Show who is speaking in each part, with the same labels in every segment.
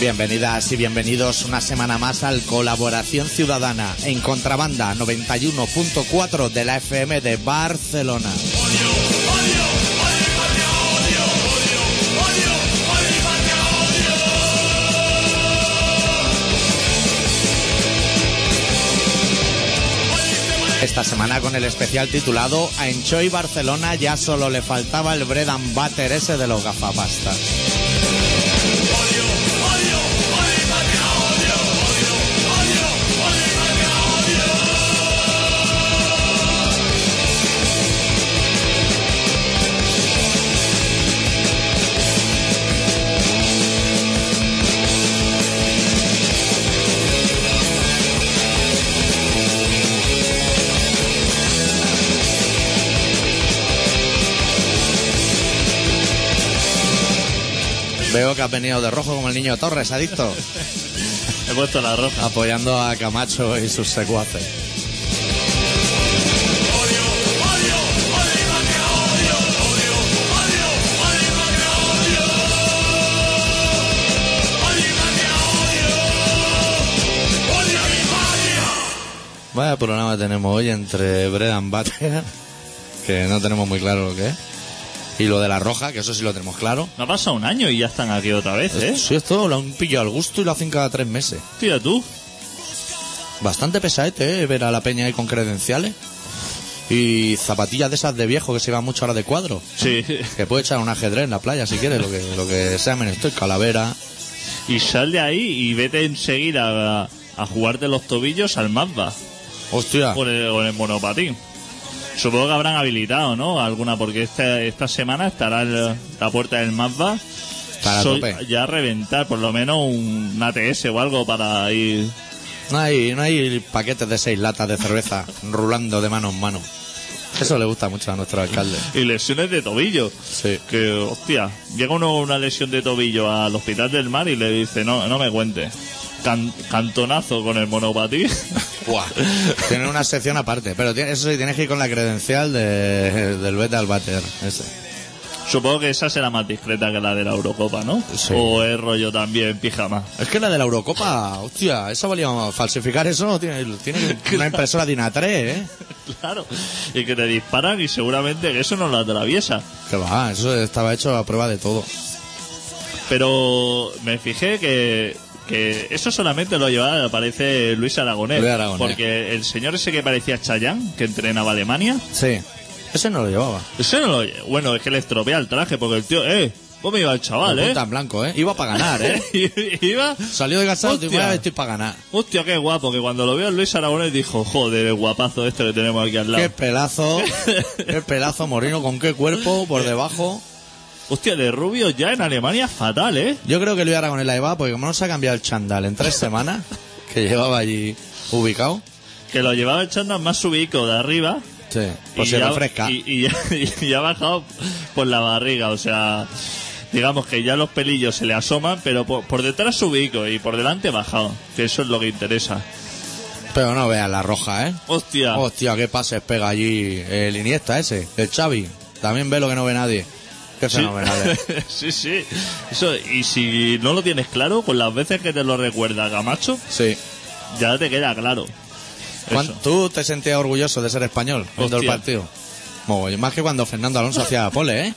Speaker 1: Bienvenidas y bienvenidos una semana más al Colaboración Ciudadana en Contrabanda 91.4 de la FM de Barcelona. Esta semana con el especial titulado A Enchoy Barcelona ya solo le faltaba el bread and butter ese de los gafapastas. Veo que has venido de rojo como el niño Torres, adicto,
Speaker 2: He puesto la roja.
Speaker 1: apoyando a Camacho y sus secuaces. Vaya programa tenemos hoy entre Bredan Butter, que no tenemos muy claro lo que es, y lo de la roja, que eso sí lo tenemos claro.
Speaker 2: No ha pasado un año y ya están aquí otra vez, ¿eh?
Speaker 1: Sí, esto lo han pillado al gusto y lo hacen cada tres meses.
Speaker 2: Tira tú.
Speaker 1: Bastante pesadete, ¿eh? Ver a la peña ahí con credenciales. Y zapatillas de esas de viejo que se van mucho ahora de cuadro.
Speaker 2: Sí.
Speaker 1: Que puede echar un ajedrez en la playa si quieres, lo que, lo que sea menester, calavera.
Speaker 2: Y sal de ahí y vete enseguida a, a jugarte los tobillos al Mazda.
Speaker 1: Hostia,
Speaker 2: Con el, con el monopatín. Supongo que habrán habilitado, ¿no? Alguna, porque esta, esta semana estará el- la puerta del Mazda.
Speaker 1: Para
Speaker 2: sol-
Speaker 1: tope.
Speaker 2: ya a reventar, por lo menos un, una ATS o algo para ir.
Speaker 1: no hay, no hay paquetes de seis latas de cerveza rulando de mano en mano. Eso le gusta mucho a nuestro alcalde.
Speaker 2: Y lesiones de tobillo.
Speaker 1: Sí.
Speaker 2: Que, hostia, llega uno con una lesión de tobillo al hospital del mar y le dice, no, no me cuentes. Can- cantonazo con el monopatín.
Speaker 1: Buah. Tienen una sección aparte, pero tiene- eso sí, tienes que ir con la credencial de- del Beta al Bater. Ese.
Speaker 2: Supongo que esa será más discreta que la de la Eurocopa, ¿no?
Speaker 1: Sí.
Speaker 2: O es rollo también pijama.
Speaker 1: Es que la de la Eurocopa, hostia, esa valía más. falsificar eso, tiene, tiene una impresora DINA 3, ¿eh?
Speaker 2: Claro. Y que te disparan y seguramente que eso no la atraviesa.
Speaker 1: Que va, eso estaba hecho a prueba de todo.
Speaker 2: Pero me fijé que, que eso solamente lo llevaba, parece Luis Aragonés.
Speaker 1: Luis Aragonés.
Speaker 2: Porque el señor ese que parecía Chayán, que entrenaba a Alemania,
Speaker 1: Sí. Ese no lo llevaba.
Speaker 2: Ese no lo- Bueno, es que le estropea el traje porque el tío, eh, ¿cómo iba el chaval,
Speaker 1: Lo
Speaker 2: eh?
Speaker 1: apunta en blanco, ¿eh? Iba para ganar, ¿eh?
Speaker 2: iba.
Speaker 1: Salió de casa y
Speaker 2: Hostia.
Speaker 1: voy a vestir para ganar.
Speaker 2: Hostia, qué guapo, que cuando lo veo Luis Aragonés dijo, joder, el guapazo este que tenemos aquí al lado.
Speaker 1: Qué pelazo, qué pelazo moreno, con qué cuerpo por debajo.
Speaker 2: Hostia, de rubio ya en Alemania fatal, eh.
Speaker 1: Yo creo que Luis Aragonés la llevaba porque como no se ha cambiado el chandal en tres semanas, que llevaba allí ubicado.
Speaker 2: Que lo llevaba echando más subico de arriba.
Speaker 1: Sí. Por
Speaker 2: y
Speaker 1: si
Speaker 2: ya-
Speaker 1: refresca.
Speaker 2: Y, y ya, y ya ha bajado por la barriga, o sea. Digamos que ya los pelillos se le asoman, pero por, por detrás subico y por delante bajado. Que eso es lo que interesa.
Speaker 1: Pero no veas la roja, ¿eh?
Speaker 2: Hostia.
Speaker 1: Hostia, qué pases pega allí el Iniesta ese, el Xavi. También ve lo que no ve nadie. Qué
Speaker 2: Sí.
Speaker 1: fenomenal. ¿eh?
Speaker 2: sí, sí. Eso, y si no lo tienes claro, con las veces que te lo recuerda Camacho,
Speaker 1: Sí.
Speaker 2: ya te queda claro.
Speaker 1: ¿Cuán-
Speaker 2: Eso.
Speaker 1: ¿Tú te sentías orgulloso de ser español viendo el
Speaker 2: Hostia.
Speaker 1: partido? Mogollón, más que cuando Fernando Alonso hacía pole, ¿eh?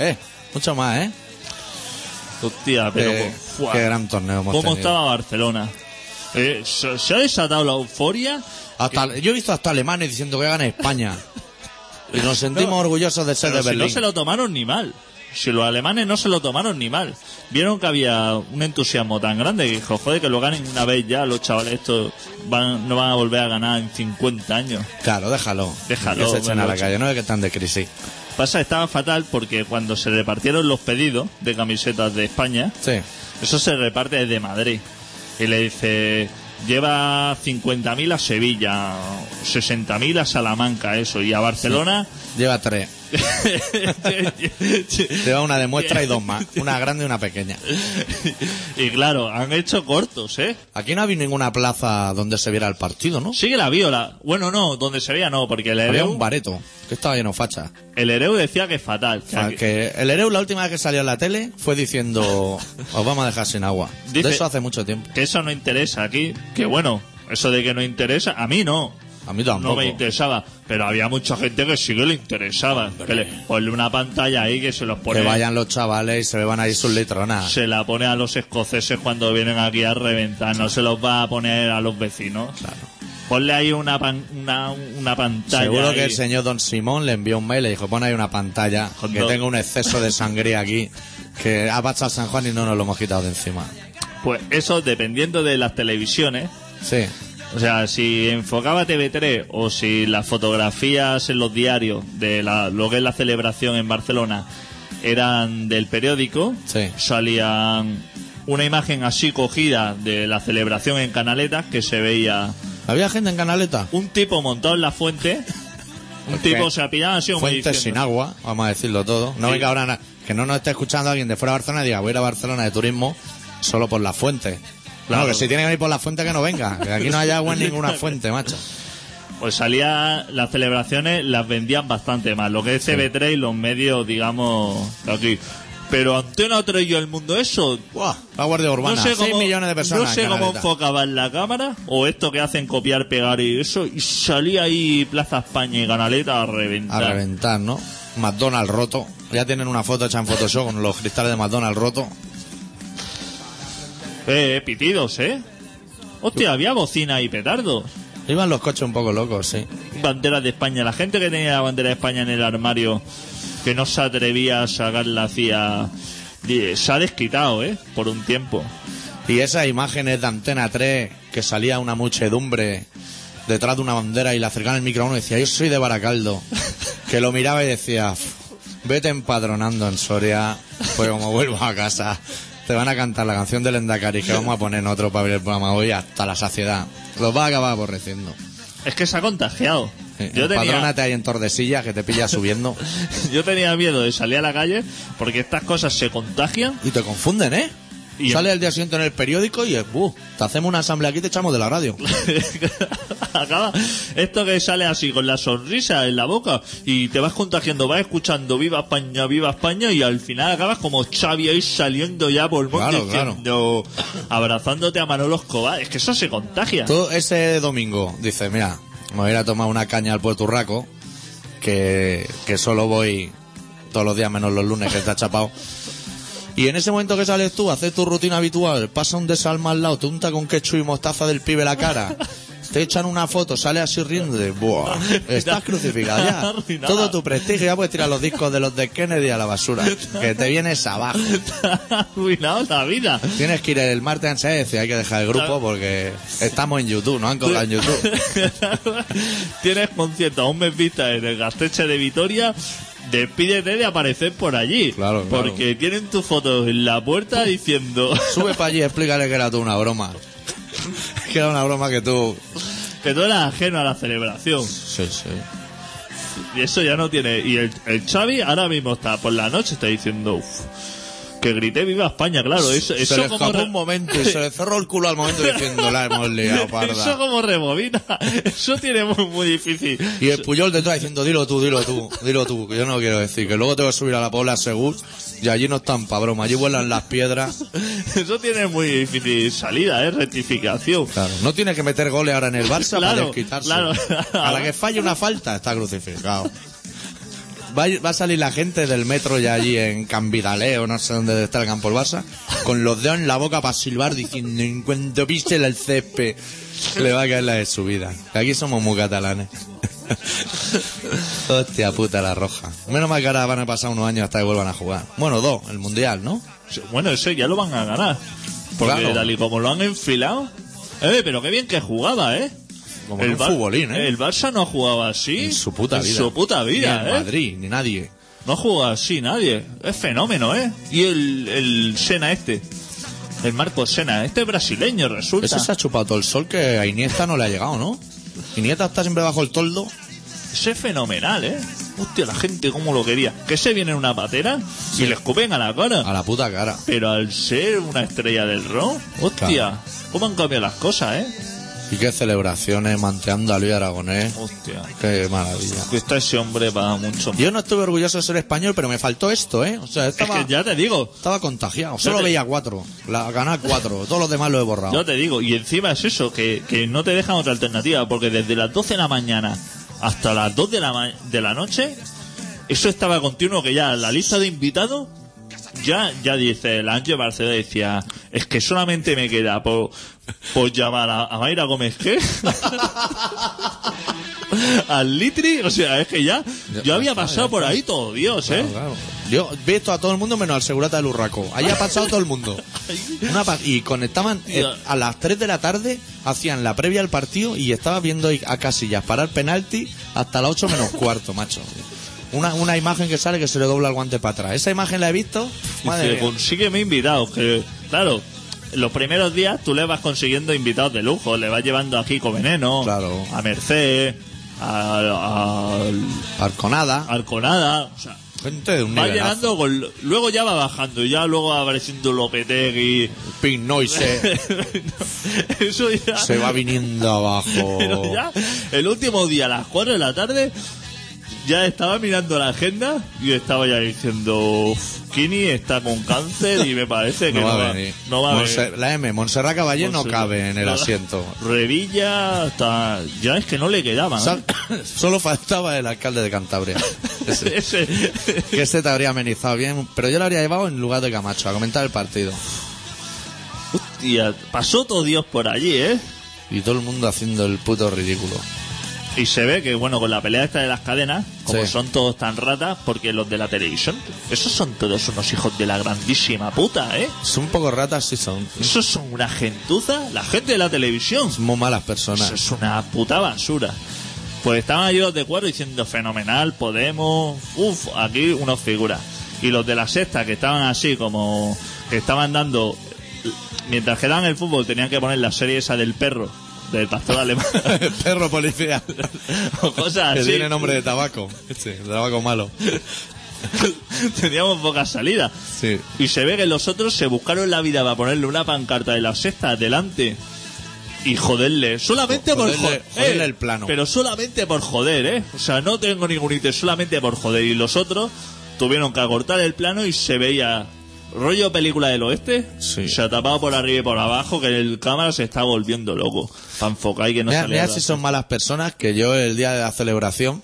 Speaker 1: Eh, mucho más, ¿eh?
Speaker 2: Hostia, pero...
Speaker 1: Eh,
Speaker 2: ¡fua!
Speaker 1: qué gran torneo hemos
Speaker 2: ¿Cómo
Speaker 1: tenido.
Speaker 2: estaba Barcelona? Eh, se, se ha desatado la
Speaker 1: Este
Speaker 2: euforia.
Speaker 1: Hasta, yo he visto hasta alemanes diciendo que gana España. Y nos sentimos
Speaker 2: No,
Speaker 1: orgullosos de ser
Speaker 2: Pero
Speaker 1: de
Speaker 2: si no
Speaker 1: Berlín.
Speaker 2: se lo tomaron ni mal. Si los alemanes no se lo tomaron ni mal. Vieron que había un entusiasmo tan grande que dijo, joder, que lo ganen una vez ya los chavales estos van, no van a volver a ganar en 50 años.
Speaker 1: Claro, déjalo.
Speaker 2: Déjalo,
Speaker 1: Que se echen a la
Speaker 2: venga,
Speaker 1: calle, no es que están de crisis.
Speaker 2: Pasa, estaba fatal porque cuando se repartieron los pedidos de camisetas de España,
Speaker 1: Sí.
Speaker 2: eso se reparte desde Madrid. Y le dice, lleva 50.000 a Sevilla, 60.000 a Salamanca, eso, y a Barcelona
Speaker 1: Lleva tres. Lleva una de muestra y dos más. Una grande y una pequeña.
Speaker 2: y claro, han hecho cortos, ¿eh?
Speaker 1: Aquí no había ninguna plaza donde se viera el partido, ¿no?
Speaker 2: Sí que la viola. Bueno, no, donde se veía no, porque el
Speaker 1: Había
Speaker 2: Ereu,
Speaker 1: un bareto que estaba lleno de fachas.
Speaker 2: el Ereu decía que fatal. que
Speaker 1: Ah,
Speaker 2: aquí-
Speaker 1: que el Ereu la última vez que salió en la tele fue diciendo os vamos a dejar sin agua.
Speaker 2: Dice-
Speaker 1: De eso hace mucho tiempo.
Speaker 2: que eso no interesa aquí. Que bueno, eso de que no interesa, a mí no.
Speaker 1: A mí tampoco.
Speaker 2: No me interesaba, pero había mucha gente que sí que le interesaba. Que le, ponle una pantalla ahí que se los pone.
Speaker 1: que vayan los chavales y se beban ahí sus litronas.
Speaker 2: Se la pone a los escoceses cuando vienen aquí a reventar, no se los va a poner a los vecinos.
Speaker 1: Claro.
Speaker 2: Ponle ahí una, pan- una, una pantalla.
Speaker 1: Seguro que
Speaker 2: ahí.
Speaker 1: el señor Don Simón le envió un mail y le dijo, pon ahí una pantalla,
Speaker 2: Hot
Speaker 1: que
Speaker 2: dog.
Speaker 1: tengo un exceso de sangría aquí, que ha pasado San Juan y no nos lo hemos quitado de encima.
Speaker 2: Pues eso dependiendo de las televisiones.
Speaker 1: Sí,
Speaker 2: O sea, si enfocaba TV3 o si las fotografías en los diarios de la- lo que es la celebración en Barcelona eran del periódico,
Speaker 1: Sí.
Speaker 2: salían una imagen así cogida de la celebración en Canaletas que se veía
Speaker 1: ¿había gente en Canaleta?
Speaker 2: un tipo montado en la fuente, un
Speaker 1: Porque
Speaker 2: tipo se apillaba así como
Speaker 1: Fuentes sin
Speaker 2: diciendo,
Speaker 1: agua, vamos a decirlo todo. No
Speaker 2: Sí.
Speaker 1: venga ahora na- que no nos esté escuchando alguien de fuera de Barcelona y diga, voy a ir a Barcelona de turismo solo por las fuentes. Claro,
Speaker 2: Claro.
Speaker 1: que si tiene que ir por las fuentes que no venga, que aquí no hay agua en ninguna fuente, macho.
Speaker 2: pues salía las celebraciones las vendían bastante más, lo que es TV3 y los medios, digamos, de aquí. Pero Antena 3 y el mundo eso
Speaker 1: Buah, la Guardia Urbana,
Speaker 2: no sé
Speaker 1: seis
Speaker 2: cómo,
Speaker 1: millones de personas
Speaker 2: no sé
Speaker 1: en
Speaker 2: cómo
Speaker 1: Canaleta.
Speaker 2: enfocaban la cámara o esto que hacen copiar, pegar y eso. Y salía ahí Plaza España y Canaleta a
Speaker 1: A
Speaker 2: reventar.
Speaker 1: reventar, ¿no? McDonald's roto. Ya tienen una foto hecha en Photoshop con los cristales de McDonald's roto.
Speaker 2: Eh, eh, pitidos, ¿eh? Hostia, había bocina y petardos.
Speaker 1: Iban los coches un poco locos, sí.
Speaker 2: Banderas de España. La gente que tenía la bandera de España en el armario, que no se atrevía a sacarla, hacía... di- Se ha desquitado, ¿eh? Por un tiempo.
Speaker 1: Y esas imágenes de Antena 3, que salía una muchedumbre detrás de una bandera y le acercaban el micrófono y decía, yo soy de Baracaldo. Que lo miraba y decía, "Pf, vete empadronando en Soria, pues como vuelvo a casa, te van a cantar la canción del Endacari que vamos a poner en otro para abrir el programa hoy hasta la saciedad. Los va a acabar aborreciendo.
Speaker 2: Es que se ha contagiado.
Speaker 1: Sí,
Speaker 2: Yo tenía,
Speaker 1: Empadrónate ahí en Tordesillas que te pilla subiendo.
Speaker 2: yo tenía miedo de salir a la calle porque estas cosas se contagian
Speaker 1: Y te confunden, ¿eh?
Speaker 2: Y-
Speaker 1: Sale el día siguiente en el periódico y es, "Buh, te hacemos una asamblea aquí y te echamos de la radio.
Speaker 2: Acaba esto que sale así con la sonrisa en la boca y te vas contagiando, vas escuchando Viva España, Viva España y al final acabas como Xavi ahí saliendo ya por el mundo
Speaker 1: Claro,
Speaker 2: diciendo, abrazándote a Manolo Escobar. Es que eso se contagia.
Speaker 1: Todo ese domingo dice, mira, me voy a ir a tomar una caña al puerturraco, que, que solo voy todos los días menos los lunes que está chapado. Y en ese momento que sales tú, haces tu rutina habitual, pasa un desalma al lado, te unta con ketchup y mostaza del pibe la cara, te echan una foto, sale así riendo, de, buah, estás crucificado ya.
Speaker 2: Arruinada.
Speaker 1: Todo tu prestigio, ya puedes tirar los discos de los de Kennedy a la basura, que te vienes abajo.
Speaker 2: Te has arruinado la vida.
Speaker 1: Tienes que ir el martes antes y decir, hay que dejar el grupo porque estamos en YouTube, nos han colgado en YouTube.
Speaker 2: Tienes concierto a un mes vista en el Gasteche de Vitoria. Despídete de aparecer por allí.
Speaker 1: Claro, claro.
Speaker 2: Porque tienen tus fotos en la puerta diciendo
Speaker 1: Sube para allí y explícale que era tú una broma. Que era una broma que tú.
Speaker 2: que tú eras ajeno a la celebración.
Speaker 1: Sí, sí.
Speaker 2: Y eso ya no tiene. Y el, el Xavi ahora mismo está por la noche está diciendo "Uf, que grité viva España, claro. Eso, eso
Speaker 1: se le
Speaker 2: como
Speaker 1: escapó
Speaker 2: re-
Speaker 1: un momento y se le cerró el culo al momento diciendo la hemos liado,
Speaker 2: Eso
Speaker 1: parda.
Speaker 2: como rebobina. Eso tiene muy, muy difícil.
Speaker 1: Y el Puyol detrás diciendo dilo tú, dilo tú, dilo tú, que yo no quiero decir, que luego te voy a subir a la Pobla Segur y allí no están pa' broma, allí vuelan las piedras.
Speaker 2: Eso tiene muy difícil salida, ¿eh? Rectificación.
Speaker 1: Claro, no tienes que meter goles ahora en el Barça para
Speaker 2: Claro,
Speaker 1: desquitarse.
Speaker 2: claro.
Speaker 1: A la que falle una falta está crucificado. Va a, va a salir la gente del metro ya allí en Cambidaleo, no sé dónde está el campo el Barça, con los dedos en la boca para silbar diciendo en cuanto pise el césped le va a caer la de su vida. Que Aquí somos muy catalanes. Hostia puta la roja. Menos mal que ahora van a pasar unos años hasta que vuelvan a jugar. Bueno, dos, el Mundial, ¿no?
Speaker 2: Bueno, eso ya lo van a ganar. Porque
Speaker 1: Claro.
Speaker 2: tal y como lo han enfilado. Eh, pero qué bien que jugaba, ¿eh?
Speaker 1: Como en un
Speaker 2: Bar-
Speaker 1: futbolín, ¿eh?
Speaker 2: El Barça no jugaba así.
Speaker 1: En su puta vida.
Speaker 2: En su puta vida,
Speaker 1: Ni
Speaker 2: ¿eh?
Speaker 1: en Madrid, ni nadie.
Speaker 2: No juega así nadie. Es fenómeno, ¿eh? Y el, el Sena este. El Marco Sena. Este es brasileño, resulta.
Speaker 1: Ese se ha chupado todo el sol que a Iniesta no le ha llegado, ¿no? Iniesta está siempre bajo el toldo.
Speaker 2: Ese es fenomenal, ¿eh? Hostia, la gente cómo lo quería. Que se viene una patera y le escupen a la cara.
Speaker 1: A la puta cara.
Speaker 2: Pero al ser una estrella del rock, hostia,
Speaker 1: Claro.
Speaker 2: cómo han cambiado las cosas, ¿eh?
Speaker 1: Y qué celebraciones, manteando a Luis Aragonés.
Speaker 2: Hostia.
Speaker 1: Qué maravilla.
Speaker 2: Que está ese hombre para mucho.
Speaker 1: Yo no estuve orgulloso de ser español, pero me faltó esto, ¿eh? O sea,
Speaker 2: Es
Speaker 1: estaba,
Speaker 2: que ya te digo,
Speaker 1: estaba contagiado. Solo
Speaker 2: te-
Speaker 1: veía cuatro. La ganá cuatro. Todos los demás lo he borrado.
Speaker 2: Yo te digo, y encima es eso, que, que no te dejan otra alternativa, porque desde las 12 de la mañana hasta las 2 de la, ma- de la noche, eso estaba continuo, que ya la lista de invitados, ya, ya dice, la Ángel Barceló decía, es que solamente me queda por, por llamar a, a Mayra Gómez, ¿qué? Al Litri, o sea, es que ya,
Speaker 1: Ya-
Speaker 2: yo
Speaker 1: ya
Speaker 2: había
Speaker 1: está, ya
Speaker 2: pasado por ahí todo Dios, ¿eh?
Speaker 1: Claro, claro. Yo he visto a todo el mundo menos al segurata del Urraco. Allí ha pasado todo el mundo. Una pa- y conectaban eh,
Speaker 2: Tía.
Speaker 1: a las 3 de la tarde, hacían la previa al partido y estaba viendo ahí a Casillas parar penalti hasta las 8 menos cuarto, macho. Una, una imagen que sale que se le dobla el guante para atrás. Esa imagen la he visto. Madre
Speaker 2: Dice,
Speaker 1: mía.
Speaker 2: consígueme invitados, que claro, los primeros días tú le vas consiguiendo invitados de lujo, le vas llevando a Kiko Veneno,
Speaker 1: Claro.
Speaker 2: a Merced, a, a
Speaker 1: Arconada.
Speaker 2: Arconada, o sea,
Speaker 1: Gente de un
Speaker 2: Ah. va
Speaker 1: nivelazo.
Speaker 2: llegando con, luego ya va bajando, y ya luego va apareciendo Lopetegui,
Speaker 1: Pink Noise. eh,
Speaker 2: No, eso ya...
Speaker 1: se va viniendo abajo.
Speaker 2: Pero ya, el último día, a las 4 de la tarde, ya estaba mirando la agenda y estaba ya diciendo, "Uf, Kini está con cáncer y me parece que
Speaker 1: No va
Speaker 2: no
Speaker 1: a venir.
Speaker 2: no va a
Speaker 1: Monse-
Speaker 2: venir.
Speaker 1: La M, Montserrat Caballé no
Speaker 2: Monse-
Speaker 1: cabe en el
Speaker 2: no,
Speaker 1: asiento.
Speaker 2: Revilla, está, ya es que no le quedaba. ¿eh?
Speaker 1: Sal- Solo faltaba el alcalde de Cantabria. Ese-
Speaker 2: Ese-
Speaker 1: que ese te habría amenizado bien, pero yo lo habría llevado en lugar de Camacho a comentar el partido.
Speaker 2: Hostia, pasó todo Dios por allí, ¿eh?
Speaker 1: Y todo el mundo haciendo el puto ridículo.
Speaker 2: Y se ve que, bueno, con la pelea esta de las cadenas, como
Speaker 1: Sí.
Speaker 2: son todos tan ratas, porque los de la televisión, esos son todos unos hijos de la grandísima puta, ¿eh?
Speaker 1: Son un poco ratas, sí son.
Speaker 2: Eso son una gentuza, la gente de la televisión.
Speaker 1: Son muy malas
Speaker 2: Eso
Speaker 1: personas.
Speaker 2: es una puta basura. Pues estaban allí los de cuatro diciendo fenomenal, Podemos, uff, aquí unos figuras. Y los de la sexta que estaban así como que estaban dando mientras que daban el fútbol tenían que poner la serie esa del perro, del pastor alemán,
Speaker 1: Perro policía.
Speaker 2: o cosas
Speaker 1: Que
Speaker 2: así.
Speaker 1: tiene nombre de tabaco. Sí, de tabaco malo.
Speaker 2: Teníamos poca salida.
Speaker 1: Sí.
Speaker 2: Y se ve que los otros se buscaron la vida para ponerle una pancarta de la sexta delante. Y joderle, solamente por
Speaker 1: Joderle-
Speaker 2: joder. eh,
Speaker 1: joderle el plano.
Speaker 2: Pero solamente por joder, ¿eh? O sea, no tengo ningún ítem, solamente por joder. Y los otros tuvieron que acortar el plano y se veía rollo película del oeste.
Speaker 1: Sí.
Speaker 2: Se ha tapado por arriba y por abajo, que el cámara se está volviendo loco. Para enfocar y que no
Speaker 1: mira,
Speaker 2: sale
Speaker 1: mira
Speaker 2: nada.
Speaker 1: si son malas personas que yo el día de la celebración,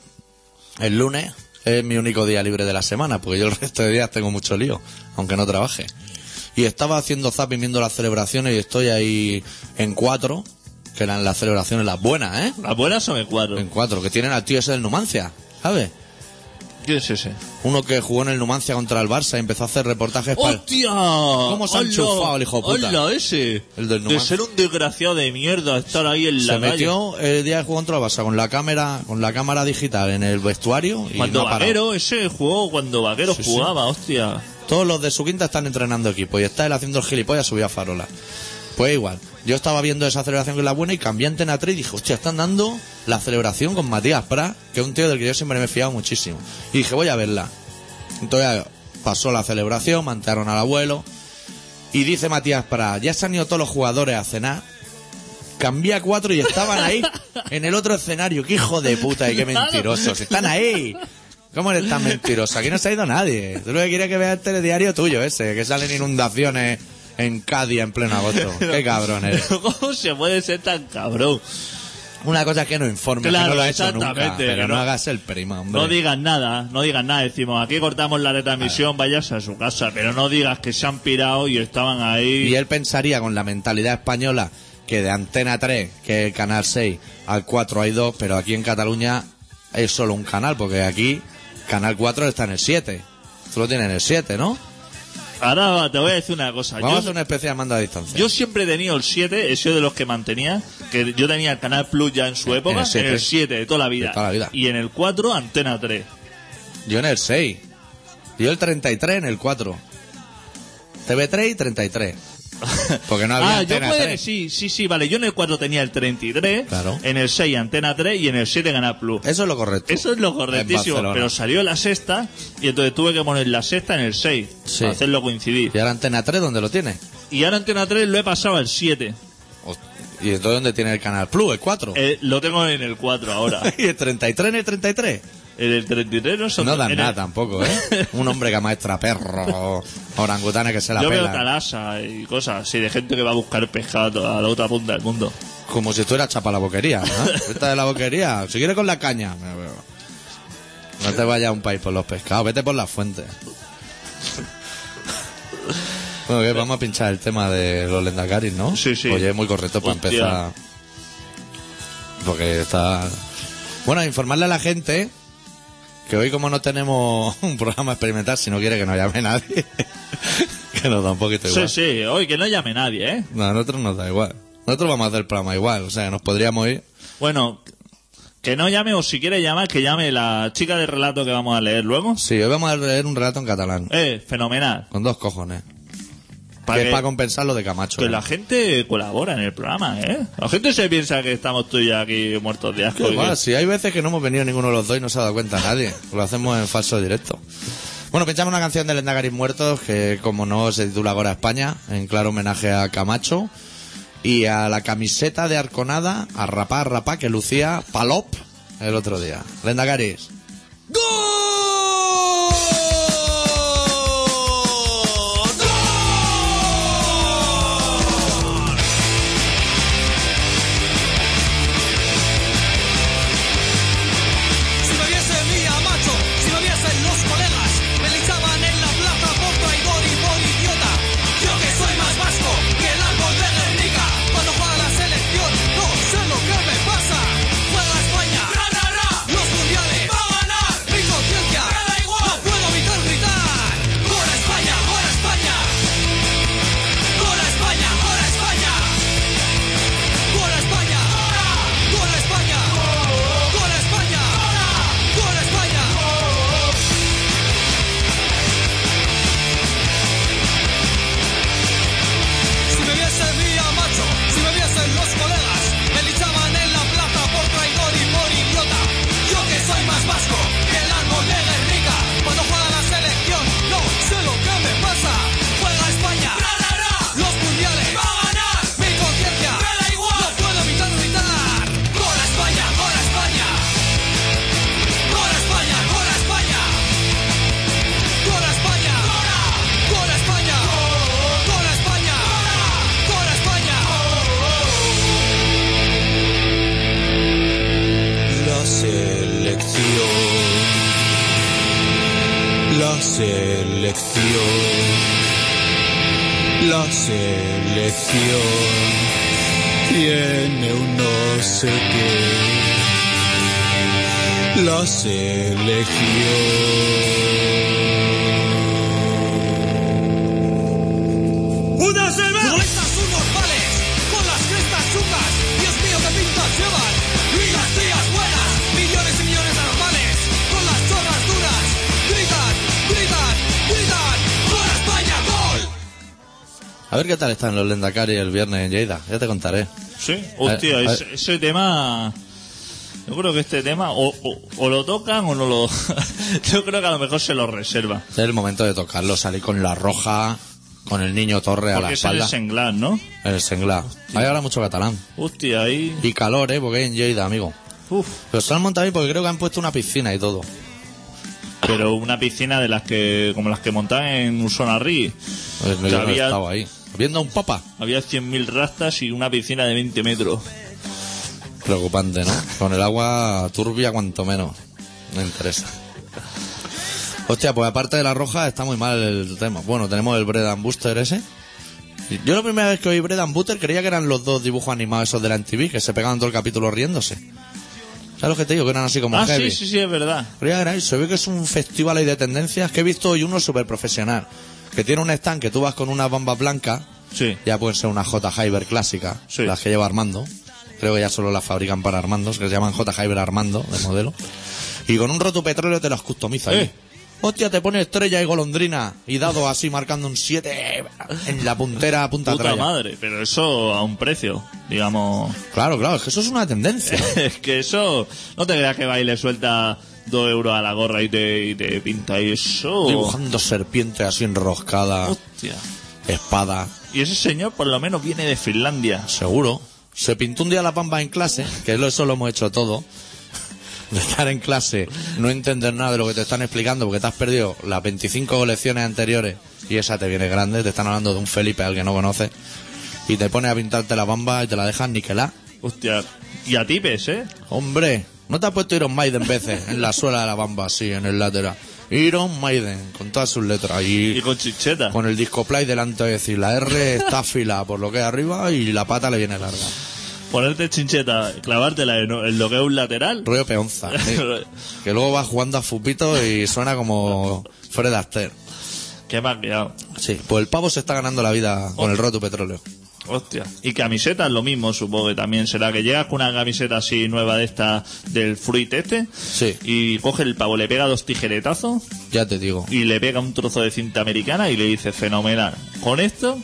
Speaker 1: el lunes, es mi único día libre de la semana, porque yo el resto de días tengo mucho lío, aunque no trabaje. Y estaba haciendo zapping viendo las celebraciones y estoy ahí en cuatro, que eran las celebraciones las buenas, ¿eh?
Speaker 2: Las buenas son el cuadro.
Speaker 1: En cuatro, que tienen al tío ese del Numancia, ¿sabes?
Speaker 2: ¿Quién es ese?
Speaker 1: Uno que jugó en el Numancia contra el Barça y empezó a hacer reportajes para...
Speaker 2: ¡Hostia!
Speaker 1: ¿Cómo se ha
Speaker 2: ¡Hala!
Speaker 1: enchufado el hijo de puta?
Speaker 2: ¡Hala, ese!
Speaker 1: El del
Speaker 2: de
Speaker 1: Numancia.
Speaker 2: ser un desgraciado de mierda, estar ahí en la
Speaker 1: Se
Speaker 2: calle.
Speaker 1: metió el día de jugó contra el Barça con la cámara, con la cámara digital en el vestuario y
Speaker 2: Cuando
Speaker 1: no ha parado.
Speaker 2: Vaquero, ese jugó cuando Vaquero
Speaker 1: Sí, sí.
Speaker 2: jugaba, hostia.
Speaker 1: Todos los de su quinta están entrenando equipo y está él haciendo el gilipollas subido a farola. Pues igual, yo estaba viendo esa celebración que es la buena y cambié antena 3 y dije, hostia, están dando la celebración con Matías Prat, que es un tío del que yo siempre me he fiado muchísimo. Y dije, voy a verla. Entonces pasó la celebración, mantaron al abuelo. Y dice Matías Prat, ya se han ido todos los jugadores a cenar. Cambié a cuatro y estaban ahí, en el otro escenario. ¡Qué hijo de puta y qué mentirosos! ¡Están ahí! ¿Cómo eres tan mentiroso? Aquí no se ha ido nadie. Tú lo que quieres es que veas el telediario tuyo ese, que salen inundaciones en Cádiz en pleno agosto. ¡Qué cabrón eres!
Speaker 2: ¿Cómo se puede ser tan cabrón?
Speaker 1: Una cosa es que no informes,
Speaker 2: Claro,
Speaker 1: que no lo has hecho nunca,
Speaker 2: exactamente,
Speaker 1: pero
Speaker 2: que
Speaker 1: no,
Speaker 2: no-
Speaker 1: hagas el prima, hombre.
Speaker 2: No digas nada, no digas nada. Decimos, aquí cortamos la retransmisión, vayas a su casa. Pero no digas que se han pirado y estaban
Speaker 1: Y
Speaker 2: ahí.
Speaker 1: él pensaría con la mentalidad española que de Antena 3, que es el canal 6, al 4 hay dos, pero aquí en Cataluña es solo un canal, porque aquí Canal 4 está en el 7. Tú lo tienes en el 7, ¿no?
Speaker 2: Ahora te voy a decir una cosa.
Speaker 1: Vamos a
Speaker 2: Yo-
Speaker 1: hacer una especie de manda a distancia.
Speaker 2: Yo siempre he tenido el 7, he sido de los que mantenía, que yo tenía el Canal Plus ya en su época,
Speaker 1: el 7.
Speaker 2: en el 7 de toda la vida.
Speaker 1: De toda la vida.
Speaker 2: Y en el 4, Antena 3.
Speaker 1: Yo en el 6. Yo el 33 en el 4. TV3 y 33. Porque no había
Speaker 2: ah, yo
Speaker 1: antena
Speaker 2: puede-
Speaker 1: 3.
Speaker 2: Sí, sí, sí, vale. Yo en el 4 tenía el 33,
Speaker 1: Claro.
Speaker 2: en el 6 antena 3 y en el 7 Canal Plus.
Speaker 1: Eso es lo correcto.
Speaker 2: Eso es lo
Speaker 1: En
Speaker 2: correctísimo,
Speaker 1: Barcelona.
Speaker 2: pero salió la sexta y entonces tuve que poner la sexta en el 6
Speaker 1: Sí.
Speaker 2: para hacerlo coincidir.
Speaker 1: ¿Y ahora antena 3 dónde lo tiene?
Speaker 2: Y ahora Antena 3 lo he pasado al 7.
Speaker 1: Host- ¿Y entonces dónde tiene el canal Plus? ¿El 4?
Speaker 2: Eh, lo tengo en el 4 ahora.
Speaker 1: ¿Y el 33 en el 33?
Speaker 2: en el 33 no son
Speaker 1: No dan
Speaker 2: en el-
Speaker 1: nada tampoco, ¿eh? Un hombre que amaestra perro, orangutanes que se la
Speaker 2: Yo veo
Speaker 1: pela.
Speaker 2: talasa y cosas así de gente que va a buscar pescado a la otra punta del mundo.
Speaker 1: Como si tú eras chapa la boquería, ¿no? Vete de la boquería. Si quieres con la caña. Mira, pero- No te vayas a un país por los pescados, vete por las fuentes. Bueno, que vamos a pinchar el tema de los lendacaris, ¿no?
Speaker 2: Sí, sí.
Speaker 1: Oye, es muy correcto para
Speaker 2: Hostia.
Speaker 1: empezar. Porque está... Bueno, informarle a la gente que hoy como no tenemos un programa experimental, si no quiere que nos llame nadie, que nos da un poquito igual.
Speaker 2: Sí, sí, hoy que no llame nadie, ¿eh?
Speaker 1: No, a nosotros nos da igual. Nosotros vamos a hacer el programa igual, o sea, nos podríamos ir
Speaker 2: Bueno, que no llame o si quiere llamar, que llame la chica del relato que vamos a leer luego.
Speaker 1: Sí, hoy vamos a leer un relato en catalán.
Speaker 2: Eh, fenomenal.
Speaker 1: Con dos cojones.
Speaker 2: Para
Speaker 1: que
Speaker 2: que,
Speaker 1: es para compensar lo de Camacho.
Speaker 2: que
Speaker 1: ¿eh?
Speaker 2: la gente colabora en el programa, ¿eh? La gente se piensa que estamos tú y yo aquí muertos de asco. ¿eh?
Speaker 1: Que
Speaker 2: y
Speaker 1: va,
Speaker 2: que-
Speaker 1: si hay veces que no hemos venido ninguno de los dos y no se ha dado cuenta nadie. Lo hacemos en falso directo. Bueno, pinchamos una canción de Lendagaris Muertos que, como no, se titula Ahora España, en claro homenaje a Camacho y a la camiseta de Arconada, a Rapá, a Rapá, que lucía Palop el otro día. Lendagaris.
Speaker 3: Si me viese mi macho, si me viesen los colegas, me linchaban en la plaza por traidor y por idiota. Yo que soy más vasco que el árbol de Guernica, cuando juega la selección, no sé lo que me pasa. Juega España, los mundiales, va a ganar, mi conciencia, no puedo evitar gritar. ¡Gol a España, gol a España! ¡Gol a España, gol a España! ¡Gol a España! ¡Gol a España! ¡Gol a España! ¡Gol a España! Si me viese mi macho, si me viesen los colegas, me linchaban en la plaza por traidor y por idiota. Yo que soy más vasco que el árbol de Guernica, cuando juega la selección, no sé lo que me pasa. Juega España, los mundiales, va a ganar. Mi conciencia, me da igual, no puedo evitar gritar. Gol a España, gol a España. Gol a España, gol a España. Gol a España, gol a España. Gol a España, gol a España.
Speaker 4: La selección. La selección. La selección. Tiene un no sé qué. La selección. ¡Una
Speaker 3: Futbolistas subnormales, con las crestas chungas, Dios mío qué pintas llevan, y las tías buenas, millones y millones de normales, con las chorras duras, gritan, gritan, gritan, gol a España, gol.
Speaker 1: A ver qué tal están los Lendakaris el viernes en Lleida. Ya te contaré.
Speaker 2: Sí, hostia,
Speaker 1: A ver, a
Speaker 2: ese, ese tema. Yo creo que este tema o, o- o lo tocan o no lo. yo creo que a lo mejor se lo reserva.
Speaker 1: Es el momento de tocarlo. Salí con la roja, con el niño Torre a la
Speaker 2: Porque es en
Speaker 1: espalda.
Speaker 2: el Senglán, ¿no?
Speaker 1: El Sengla. Hay ahora mucho catalán.
Speaker 2: Hostia, ahí.
Speaker 1: Y calor, ¿eh? Porque es en Lleida, amigo.
Speaker 2: Uf.
Speaker 1: Pero se lo han montado ahí porque creo que han puesto una piscina y todo.
Speaker 2: Pero una piscina de las que. como las que montaban en Usonarri.
Speaker 1: Pues no, yo no he
Speaker 2: Había-
Speaker 1: estado ahí. Viendo a un papa.
Speaker 2: Había 100.000 rastas y una piscina de 20 metros.
Speaker 1: Preocupante, ¿no? Con el agua turbia cuanto menos. Me interesa. Hostia, pues aparte de la roja está muy mal el tema. Bueno, tenemos el Bread and Booster ese. Yo la primera vez que oí Bread and Booster creía que eran los dos dibujos animados esos de la MTV que se pegaban todo el capítulo riéndose. ¿Sabes lo que te digo? Que eran así como
Speaker 2: Ah,
Speaker 1: heavy.
Speaker 2: sí, sí, sí, es verdad.
Speaker 1: Creía que era eso. Se ve que es un festival ahí de tendencias que he visto hoy uno súper profesional. Que tiene un stand que tú vas con una bamba blanca
Speaker 2: Sí.
Speaker 1: ya pueden ser una J. Hyber clásica,
Speaker 2: Sí.
Speaker 1: las que lleva Armando. Creo que ya solo las fabrican para Armandos, que se llaman J. Hyber Armando, de modelo. Y con un roto petróleo te las customizas.
Speaker 2: Eh.
Speaker 1: Hostia, te pone estrella y golondrina. Y dado así, marcando un 7 en la puntera, punta
Speaker 2: Puta
Speaker 1: traya.
Speaker 2: madre, pero eso a un precio, digamos.
Speaker 1: Claro, claro, es que eso es una tendencia.
Speaker 2: es que eso, no te creas que va y le suelta dos euros a la gorra y te, y te pinta y eso.
Speaker 1: Dibujando serpientes así enroscadas,
Speaker 2: Hostia.
Speaker 1: espada,
Speaker 2: Y ese señor por lo menos viene de Finlandia.
Speaker 1: seguro. Se pintó un día la pampa en clase, que lo- eso lo hemos hecho todo. De estar en clase, no entender nada de lo que te están explicando porque te has perdido las 25 lecciones anteriores y esa te viene grande. Te están hablando de un Felipe al que no conoces y te pones a pintarte la pampa y te la dejas niquelada.
Speaker 2: Hostia. Y a tipes, ¿eh?
Speaker 1: Hombre, ¿no te has puesto Iron Maiden veces en la suela de la bamba, así, en el lateral? Iron Maiden, con todas sus letras.
Speaker 2: Y
Speaker 1: Y
Speaker 2: con chicheta.
Speaker 1: con el disco play delante, es decir, la R está afilada por lo que es arriba y la pata le viene larga.
Speaker 2: Ponerte chincheta, clavártela en, en lo que es un lateral.
Speaker 1: Rollo peonza. sí. Que luego va jugando a fupito y suena como Fred Astaire.
Speaker 2: Qué más guiado.
Speaker 1: Sí, pues el pavo se está ganando la vida con el roto petróleo.
Speaker 2: Hostia. Y camisetas lo mismo, supongo que también será que llegas con una camiseta así nueva de esta del fruit este.
Speaker 1: Sí.
Speaker 2: Y coge el pavo, le pega dos tijeretazos
Speaker 1: Ya te digo.
Speaker 2: y le pega un trozo de cinta americana y le dice fenomenal. Con esto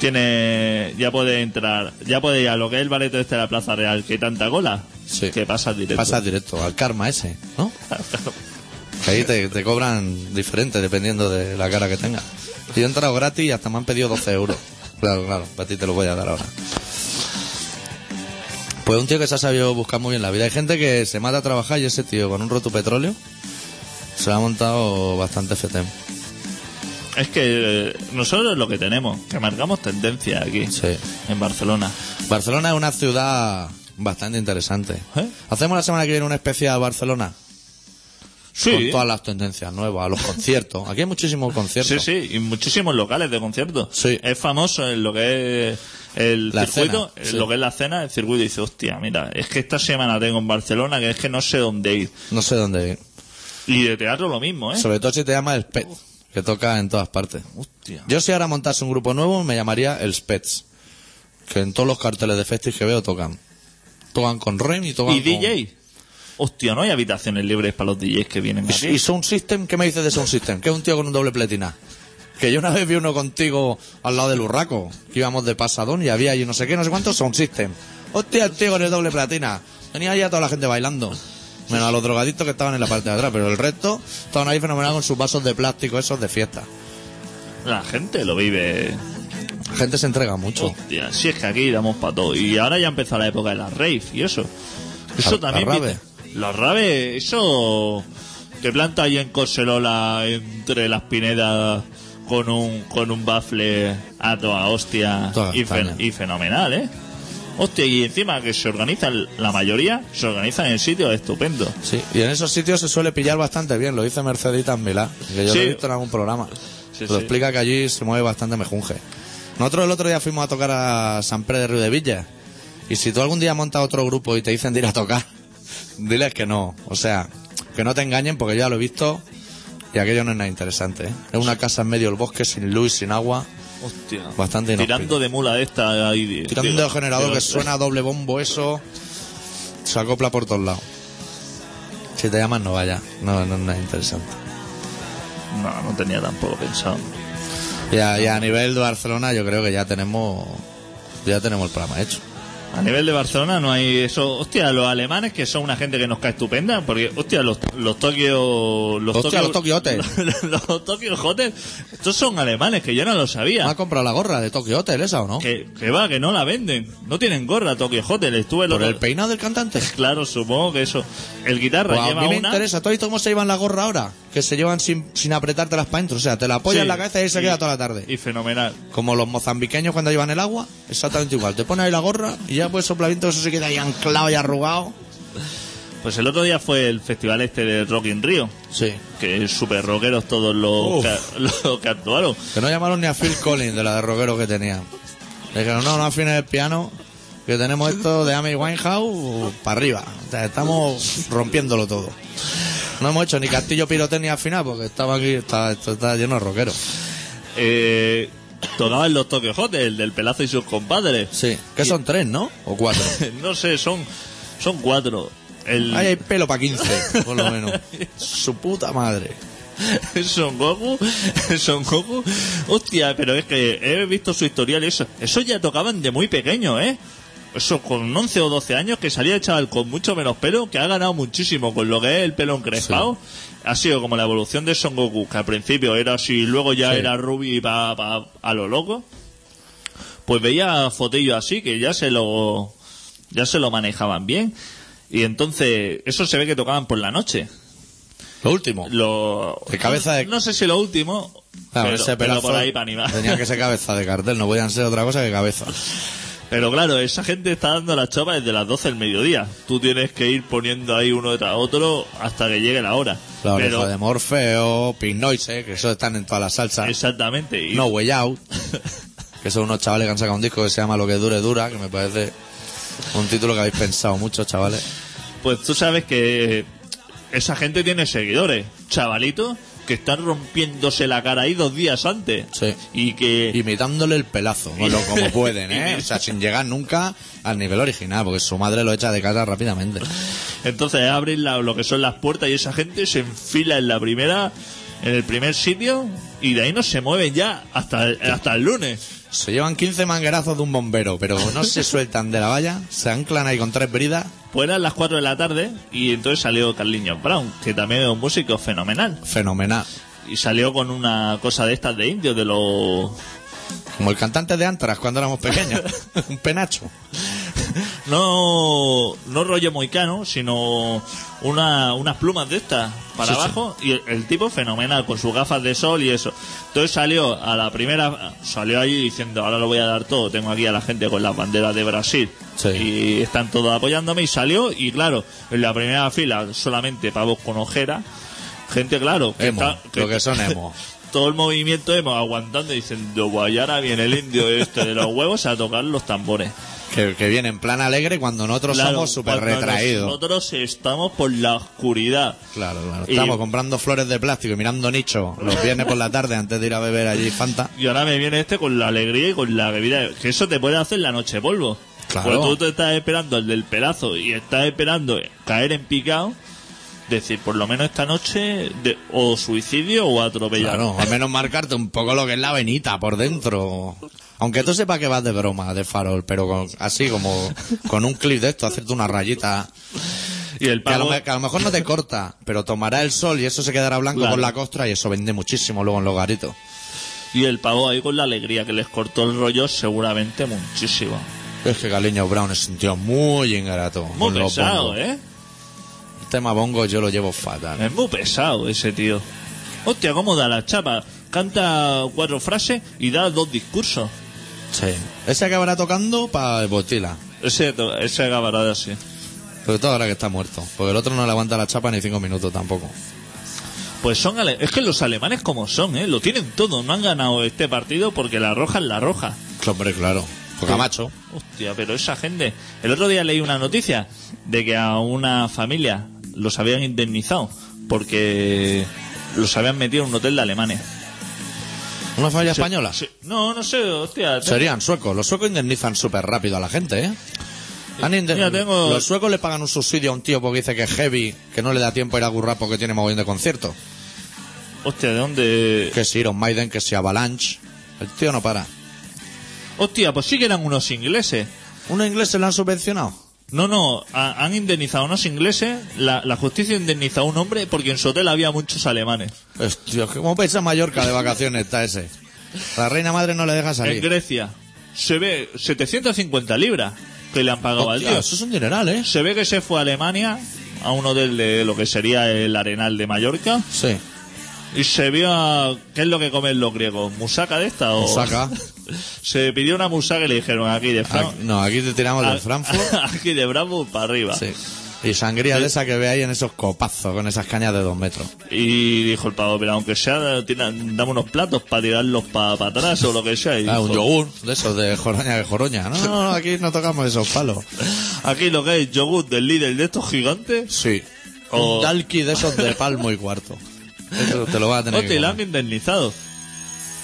Speaker 2: tiene ya puede entrar, ya puede ir a lo que es el baleto este de la Plaza Real, que hay tanta cola.
Speaker 1: Sí.
Speaker 2: Que pasa directo.
Speaker 1: Pasas directo al karma ese, ¿no? Que ahí te, te cobran diferente dependiendo de la cara que tengas. Y Yo he entrado gratis y hasta me han pedido 12 euros. Claro, claro, para ti te lo voy a dar ahora. Pues un tío que se ha sabido buscar muy bien la vida. Hay gente que se mata a trabajar y ese tío con un roto petróleo se lo ha montado bastante FETEM.
Speaker 2: Es que eh, nosotros lo que tenemos, que marcamos tendencia aquí
Speaker 1: Sí.
Speaker 2: en Barcelona.
Speaker 1: Barcelona es una ciudad bastante interesante.
Speaker 2: ¿Eh?
Speaker 1: Hacemos la semana que viene una especial Barcelona con
Speaker 2: Sí.
Speaker 1: todas las tendencias nuevas, los conciertos. Aquí hay muchísimos conciertos.
Speaker 2: Sí, sí, y muchísimos locales de conciertos.
Speaker 1: Sí.
Speaker 2: Es famoso en lo que es el
Speaker 1: La
Speaker 2: circuito,
Speaker 1: cena,
Speaker 2: en
Speaker 1: sí.
Speaker 2: lo que es la cena, el circuito. Y dice, hostia, mira, es que esta semana tengo en Barcelona que es que no sé dónde ir.
Speaker 1: No sé dónde
Speaker 2: ¿Eh?
Speaker 1: ir.
Speaker 2: Y de teatro lo mismo, ¿eh?
Speaker 1: Sobre todo si te llama el Pet, que toca en todas partes.
Speaker 2: Hostia.
Speaker 1: Yo si ahora montase un grupo nuevo me llamaría el Spets, que en todos los carteles de festis que veo tocan. Tocan con Rem y tocan
Speaker 2: ¿Y
Speaker 1: con...
Speaker 2: DJ? Hostia, no hay habitaciones libres para los DJs que vienen
Speaker 1: Y-
Speaker 2: aquí.
Speaker 1: ¿Y Sound System? ¿Qué me dices de Sound System? Que es un tío con un doble pletina. Que yo una vez vi uno contigo al lado del Urraco, que íbamos de pasadón y había allí no sé qué, no sé cuánto Sound System. Hostia, el tío con el doble platina. Tenía allá toda la gente bailando. Menos a los drogadictos que estaban en la parte de atrás, pero el resto estaban ahí fenomenal con sus vasos de plástico, esos de fiesta.
Speaker 2: La gente lo vive.
Speaker 1: La gente se entrega mucho.
Speaker 2: Hostia, si es que aquí damos para todo. Y ahora ya empezó la época de las rave y eso. Eso
Speaker 1: La-
Speaker 2: también.
Speaker 1: la
Speaker 2: vi-
Speaker 1: rave.
Speaker 2: Las rave, eso. Te planta ahí en Corselola entre las pinedas con un, con un bafle a toda hostia.
Speaker 1: Toda
Speaker 2: Y, fen-
Speaker 1: castaña.
Speaker 2: y fenomenal, ¿eh? Hostia, y encima que se organizan, la mayoría se organizan en sitios estupendos.
Speaker 1: Sí, y en esos sitios se suele pillar bastante bien, lo dice Mercedita en Milá, que yo
Speaker 2: Sí.
Speaker 1: lo he visto en algún programa.
Speaker 2: Sí,
Speaker 1: lo
Speaker 2: sí.
Speaker 1: explica que allí se mueve bastante mejunje. Nosotros el otro día fuimos a tocar a San Pedro de Río de Villa. Y si tú algún día montas otro grupo y te dicen de ir a tocar, diles que no. O sea, que no te engañen porque yo ya lo he visto y aquello no es nada interesante. ¿eh? Es una casa en medio del bosque, sin luz, sin agua,
Speaker 2: Hostia.
Speaker 1: bastante inhóspito.
Speaker 2: Tirando de mula de esta ahí.
Speaker 1: Tirando
Speaker 2: digo,
Speaker 1: del generador
Speaker 2: digo,
Speaker 1: que suena a doble bombo eso. Se acopla por todos lados. Si te llaman no vaya, no, no, no es interesante.
Speaker 2: No, no tenía tampoco pensado.
Speaker 1: Y a, y a nivel de Barcelona yo creo que ya tenemos ya tenemos el programa hecho.
Speaker 2: A nivel de Barcelona no hay eso. Hostia, los alemanes que son una gente que nos cae estupenda, porque hostia, los, los Tokio. Los
Speaker 1: Hostia, los
Speaker 2: Tokio
Speaker 1: Tokiotes.
Speaker 2: Los, Tokio Hotel. Estos son alemanes que yo no lo
Speaker 1: ¿Me has
Speaker 2: sabía.
Speaker 1: comprado la gorra de Tokyo Hotel esa o Ah, no?
Speaker 2: Que, que va, que no la venden. No tienen gorra Tokio Hotel. Estuve el
Speaker 1: ¿Por
Speaker 2: otro-
Speaker 1: el peinado del cantante?
Speaker 2: Claro, supongo que eso. El guitarra
Speaker 1: Pues a
Speaker 2: lleva
Speaker 1: mí me
Speaker 2: una.
Speaker 1: interesa. ¿Tú has visto cómo se llevan la gorra ahora? Que se llevan sin, sin apretártelas para adentro. O sea, te la apoyas
Speaker 2: Sí,
Speaker 1: en la cabeza y ahí se
Speaker 2: y-
Speaker 1: queda toda la tarde.
Speaker 2: Y fenomenal.
Speaker 1: Como los mozambiqueños cuando llevan el agua, exactamente igual. Te pones ahí la gorra y ya pues soplaviento eso se queda ahí anclado y arrugado.
Speaker 2: Pues el otro día fue el festival este de Rock in Rio.
Speaker 1: Sí.
Speaker 2: Que es súper rockeros todos los
Speaker 1: Uf.
Speaker 2: que, los que actuaron.
Speaker 1: Que no llamaron ni a Phil Collins de la de rockero que tenía. Le dijeron, no, no afines el piano, que tenemos esto de Amy Winehouse para arriba. O sea, estamos rompiéndolo todo. No hemos hecho ni castillo pirotecnia al final porque estaba aquí, está, esto está lleno de rockeros.
Speaker 2: Eh, tocaban los Tokyo Hotel del Pelazo y sus compadres.
Speaker 1: Sí. Que son tres, ¿no? O cuatro.
Speaker 2: No sé, son, son cuatro. El,
Speaker 1: Ahí hay pelo para 15, por lo menos. Su puta madre.
Speaker 2: Son Goku, Son Goku. Hostia, pero es que he visto su historial y eso. Eso ya tocaban de muy pequeño, ¿eh? Eso con 11 o 12 años que salía el chaval con mucho menos pelo, que ha ganado muchísimo con lo que es el pelo encrespado. Ha sido como la evolución de Son Goku, que al principio era así, luego ya
Speaker 1: Sí.
Speaker 2: era Ruby pa, pa- a lo loco. Pues veía fotillos así que ya se lo ya se lo manejaban bien. Y entonces, eso se ve que tocaban por la noche
Speaker 1: Lo último.
Speaker 2: lo
Speaker 1: De cabeza de-
Speaker 2: no sé si lo último
Speaker 1: Claro,
Speaker 2: pero,
Speaker 1: ese
Speaker 2: pero
Speaker 1: pelazo
Speaker 2: por ahí para animar
Speaker 1: tenía que ser cabeza de cartel, no podían ser otra cosa que cabeza.
Speaker 2: pero claro esa gente está dando la chapa desde las 12 del mediodía tú tienes que ir poniendo ahí uno tras otro hasta que llegue la hora
Speaker 1: La oreja
Speaker 2: pero
Speaker 1: de Morfeo, Pinoise, que eso están en todas las salsas.
Speaker 2: exactamente y
Speaker 1: No Way Out, que son unos chavales que han sacado un disco que se llama Lo que dure dura, que me parece un título que habéis pensado mucho, chavales.
Speaker 2: pues tú sabes que esa gente tiene seguidores chavalitos que están rompiéndose la cara ahí dos días antes
Speaker 1: Sí.
Speaker 2: y que
Speaker 1: Imitándole el pelazo, con lo- como pueden, ¿eh? O sea, sin llegar nunca al nivel original, porque su madre lo echa de casa rápidamente.
Speaker 2: Entonces abren la- lo que son las puertas y esa gente se enfila en la primera, en el primer sitio y de ahí no se mueven ya hasta el, hasta el lunes.
Speaker 1: Se llevan 15 manguerazos de un bombero, pero no se sueltan de la valla, se anclan ahí con tres bridas.
Speaker 2: Pues eran las 4 de la tarde y entonces salió Carliños Brown, que también es un músico fenomenal.
Speaker 1: Fenomenal.
Speaker 2: Y salió con una cosa de estas de indios, de los...
Speaker 1: Como el cantante de Antras cuando éramos pequeños. un penacho.
Speaker 2: No, no rollo moicano, sino una, unas plumas de estas para
Speaker 1: Sí, sí.
Speaker 2: abajo. Y el, el tipo fenomenal, con sus gafas de sol y eso. Entonces salió a la primera, salió allí diciendo, ahora lo voy a dar todo. Tengo aquí a la gente con las banderas de Brasil.
Speaker 1: Sí.
Speaker 2: Y están todos apoyándome. Y salió, y claro, en la primera fila solamente pavos con ojera. Gente, claro. que
Speaker 1: Emo,
Speaker 2: está-
Speaker 1: lo que son emo.
Speaker 2: Todo el movimiento hemos aguantando y diciendo, guay, ahora viene el indio este de los huevos a tocar los tambores.
Speaker 1: Que, que viene en plan alegre cuando nosotros
Speaker 2: Claro,
Speaker 1: somos súper
Speaker 2: cuando
Speaker 1: retraídos.
Speaker 2: Nosotros estamos por la oscuridad.
Speaker 1: Claro, claro.
Speaker 2: Y-
Speaker 1: Estamos comprando flores de plástico y mirando nicho los viernes por la tarde antes de ir a beber allí Fanta.
Speaker 2: Y ahora me viene este con la alegría y con la bebida. Que eso te puede hacer la noche polvo.
Speaker 1: Claro.
Speaker 2: Porque tú te estás esperando el del pelazo y estás esperando caer en picado. Decir, por lo menos esta noche, de- o suicidio o atropellado.
Speaker 1: Claro, al menos marcarte un poco lo que es la venita por dentro. Aunque tú sepas que vas de broma, de farol, pero con- así como con un clip de esto, hacerte una rayita.
Speaker 2: Y el
Speaker 1: Que a, lo,
Speaker 2: pavo,
Speaker 1: me- que a lo mejor no te corta, pero tomará el sol y eso se quedará blanco
Speaker 2: Claro.
Speaker 1: por la costra y eso vende muchísimo luego en los garitos.
Speaker 2: y el pavo ahí con la alegría que les cortó el rollo, seguramente muchísimo.
Speaker 1: Es que Galeño Brown es un tío muy ingrato.
Speaker 2: Muy
Speaker 1: con los
Speaker 2: pesado,
Speaker 1: bongos.
Speaker 2: ¿eh?
Speaker 1: El tema bongo yo lo llevo fatal.
Speaker 2: Es muy pesado ese tío. Hostia, cómo da la chapa. Canta cuatro frases y da dos discursos.
Speaker 1: Sí. Ese acabará tocando para el Botila.
Speaker 2: Ese, to- ese gabarada así.
Speaker 1: Sobre todo ahora que está muerto. Porque el otro no levanta la chapa ni cinco minutos tampoco.
Speaker 2: Pues son ale- es que los alemanes como son, ¿eh? Lo tienen todo. No han ganado este partido porque la roja es la roja.
Speaker 1: Hombre, claro. Porque Camacho.
Speaker 2: Hostia, pero esa gente... El otro día leí una noticia de que a una familia los habían indemnizado porque los habían metido en un hotel de Alemania.
Speaker 1: Una familia española.
Speaker 2: Sí. No, no sé, hostia. te-
Speaker 1: Serían suecos. Los suecos indemnizan súper rápido a la gente, ¿eh? Han inde-
Speaker 2: Mira, tengo-
Speaker 1: Los suecos le pagan un subsidio a un tío porque dice que es heavy, que no le da tiempo a ir a currar porque tiene mogollón de conciertos.
Speaker 2: Hostia, ¿de dónde...?
Speaker 1: Que si Iron Maiden, que si Avalanche. El tío no para.
Speaker 2: Hostia, pues sí que eran unos ingleses.
Speaker 1: ¿Unos ingleses le han subvencionado?
Speaker 2: No, no, ha- han indemnizado a unos ingleses, la, la justicia indemnizó a un hombre porque en su hotel había muchos alemanes.
Speaker 1: Hostia, ¿cómo pensa Mallorca de vacaciones está ese? La reina madre no le deja
Speaker 2: En
Speaker 1: salir.
Speaker 2: Grecia se ve 750 libras que le han pagado al
Speaker 1: Hostia,
Speaker 2: tío.
Speaker 1: eso es un dineral, ¿eh?
Speaker 2: Se ve que se fue a Alemania, a un hotel de lo que sería el Arenal de Mallorca,
Speaker 1: Sí.
Speaker 2: y se vio a... ¿Qué es lo que comen los griegos? ¿Musaca de esta? O...
Speaker 1: Musaca.
Speaker 2: se pidió una musaca y le dijeron aquí de
Speaker 1: Aquí-
Speaker 2: Frankfurt.
Speaker 1: no, aquí te tiramos del Frankfurt.
Speaker 2: Aquí de Bravo para arriba.
Speaker 1: Sí. Y sangría de esa que ve ahí en esos copazos, con esas cañas de dos metros.
Speaker 2: Y dijo el pavo, pero aunque sea, tira- dame unos platos para tirarlos para atrás o lo que sea. Y
Speaker 1: Ah,
Speaker 2: dijo,
Speaker 1: un yogur de esos de joroña de joroña. No, no, no, aquí no tocamos esos palos.
Speaker 2: Aquí lo que es yogur del líder de estos gigantes.
Speaker 1: Sí.
Speaker 2: O-
Speaker 1: Un dalki de esos de palmo y cuarto. Eso te lo vas a tener
Speaker 2: Hostia,
Speaker 1: que
Speaker 2: y lo
Speaker 1: comer.
Speaker 2: han indemnizado.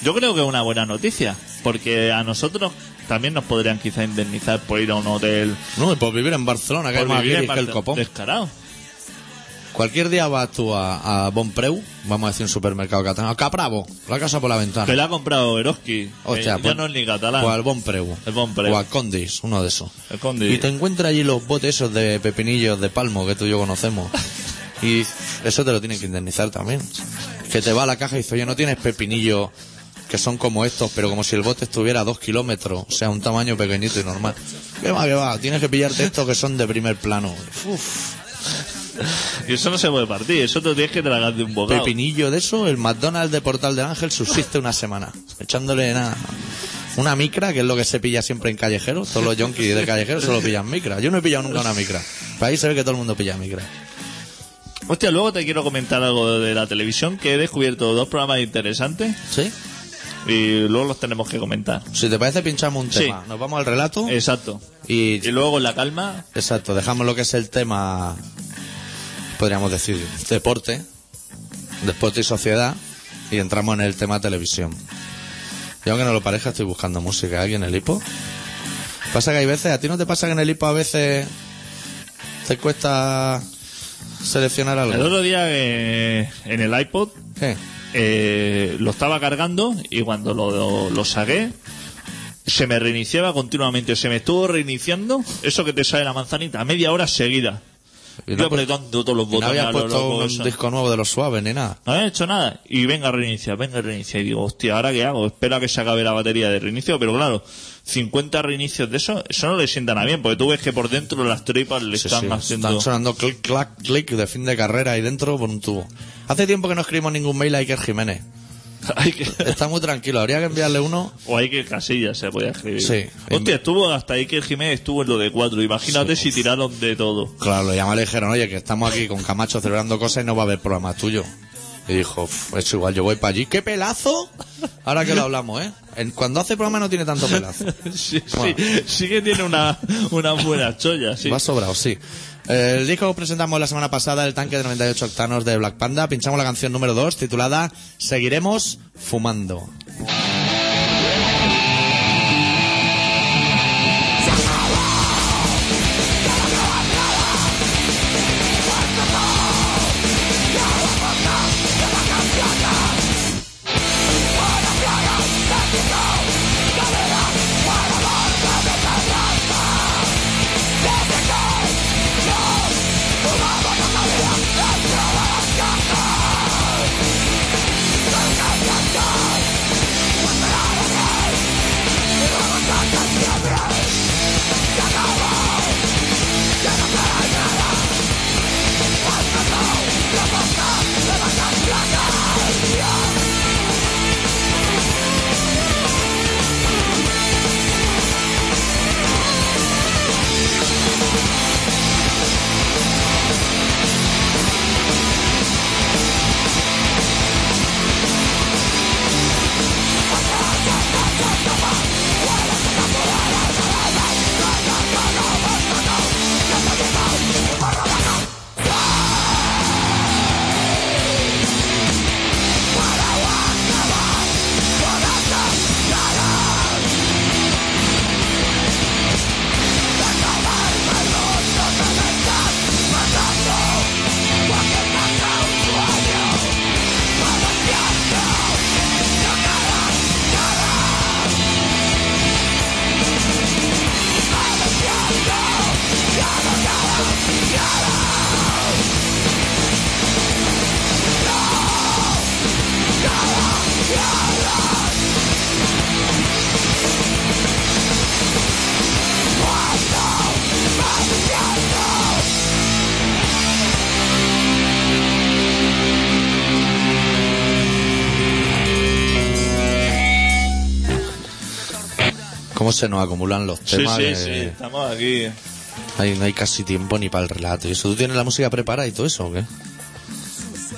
Speaker 2: Yo creo que es una buena noticia, porque a nosotros también nos podrían quizá indemnizar por ir a un hotel.
Speaker 1: No, y por vivir en Barcelona, que
Speaker 2: Por
Speaker 1: es más
Speaker 2: vivir en
Speaker 1: guiris que el
Speaker 2: Barce-
Speaker 1: copón.
Speaker 2: Descarado.
Speaker 1: Cualquier día vas tú a, a Bonpreu, vamos a decir un supermercado catalán, a Capravo, la casa por la ventana.
Speaker 2: Que la ha comprado Eroski. Eh,
Speaker 1: Hostia,
Speaker 2: ya
Speaker 1: pues-
Speaker 2: no es ni catalán.
Speaker 1: O al Bonpreu.
Speaker 2: El Bonpreu.
Speaker 1: O al Condis, uno de esos.
Speaker 2: El Condi.
Speaker 1: Y te encuentras allí los botes esos de pepinillos de palmo que tú y yo conocemos. Y eso te lo tienen que indemnizar también. Que te va a la caja y dice, oye, no tienes pepinillos que son como estos, pero como si el bote estuviera a dos kilómetros, o sea, un tamaño pequeñito y normal. ¿Qué va, qué va? Tienes que pillarte estos que son de primer plano. Uf,
Speaker 2: Y eso no se puede partir, eso te tienes que tragar de un bocado.
Speaker 1: pepinillo de eso, el McDonald's de Portal del Ángel subsiste una semana, echándole nada. Una micra, que es lo que se pilla siempre en callejeros, todos los yonkis de callejeros solo pillan micra. Yo no he pillado nunca una micra. Pero ahí se ve que todo el mundo pilla micra.
Speaker 2: Hostia, luego te quiero comentar algo de la televisión, que he descubierto dos programas interesantes
Speaker 1: ¿Sí?
Speaker 2: y luego los tenemos que comentar.
Speaker 1: Si te parece, pinchamos un
Speaker 2: Sí.
Speaker 1: tema. Nos vamos al relato
Speaker 2: Exacto.
Speaker 1: y...
Speaker 2: Y luego con la calma,
Speaker 1: Exacto, dejamos lo que es el tema, podríamos decir, deporte, deporte y sociedad, y entramos en el tema televisión. Yo aunque no lo parezca, estoy buscando música. ¿Alguien en el hipo? Pasa que hay veces, ¿a ti no te pasa que en el hipo a veces te cuesta seleccionar
Speaker 2: el
Speaker 1: algo?
Speaker 2: otro día eh, en el iPod
Speaker 1: ¿Qué?
Speaker 2: eh, lo estaba cargando y cuando lo, lo, lo saqué se me reiniciaba continuamente, se me estuvo reiniciando eso que te sale la manzanita, a media hora seguida.
Speaker 1: Y
Speaker 2: Yo
Speaker 1: no, pues-
Speaker 2: apretando todos los
Speaker 1: y no
Speaker 2: botones.
Speaker 1: habías
Speaker 2: a lo
Speaker 1: puesto
Speaker 2: loco,
Speaker 1: un
Speaker 2: eso.
Speaker 1: disco nuevo de los suaves ni nada.
Speaker 2: No había hecho nada. Y venga, reinicia, venga, reinicia. Y digo, hostia, ¿ahora qué hago? Espero a que se acabe la batería de reinicio. Pero claro, 50 reinicios de eso, eso no le sientan a bien. Porque tú ves que por dentro las tripas le
Speaker 1: Sí,
Speaker 2: están
Speaker 1: sí,
Speaker 2: haciendo...
Speaker 1: están sonando clic, clac, clic de fin de carrera ahí dentro por un tubo. Hace tiempo que no escribimos ningún mail a Iker Jiménez.
Speaker 2: Hay que...
Speaker 1: Está muy tranquilo, habría que enviarle uno.
Speaker 2: O hay que casillas se podía escribir.
Speaker 1: Sí.
Speaker 2: Hostia, estuvo hasta ahí que el Jiménez estuvo en lo de cuatro. Imagínate si tiraron de todo.
Speaker 1: Claro, lo llamaron y le dijeron, oye, que estamos aquí con Camacho celebrando cosas y no va a haber programa tuyo. Y dijo, "Uf, es igual, yo voy para allí. ¡Qué pelazo! Ahora que lo hablamos, ¿eh? En- cuando hace programa no tiene tanto pelazo.
Speaker 2: Sí, sí,
Speaker 1: Bueno.
Speaker 2: sí que tiene una, una buena cholla, sí.
Speaker 1: Va sobrado, sí. Eh, El disco que presentamos la semana pasada, el tanque de 98 octanos de Black Panda, pinchamos la canción número 2 titulada Seguiremos fumando. ¿Cómo se nos acumulan los
Speaker 2: Sí,
Speaker 1: temas?
Speaker 2: sí,
Speaker 1: que-
Speaker 2: sí, estamos aquí.
Speaker 1: Ay, no hay casi tiempo ni para el relato. ¿Y eso tú tienes la música preparada y todo eso o qué?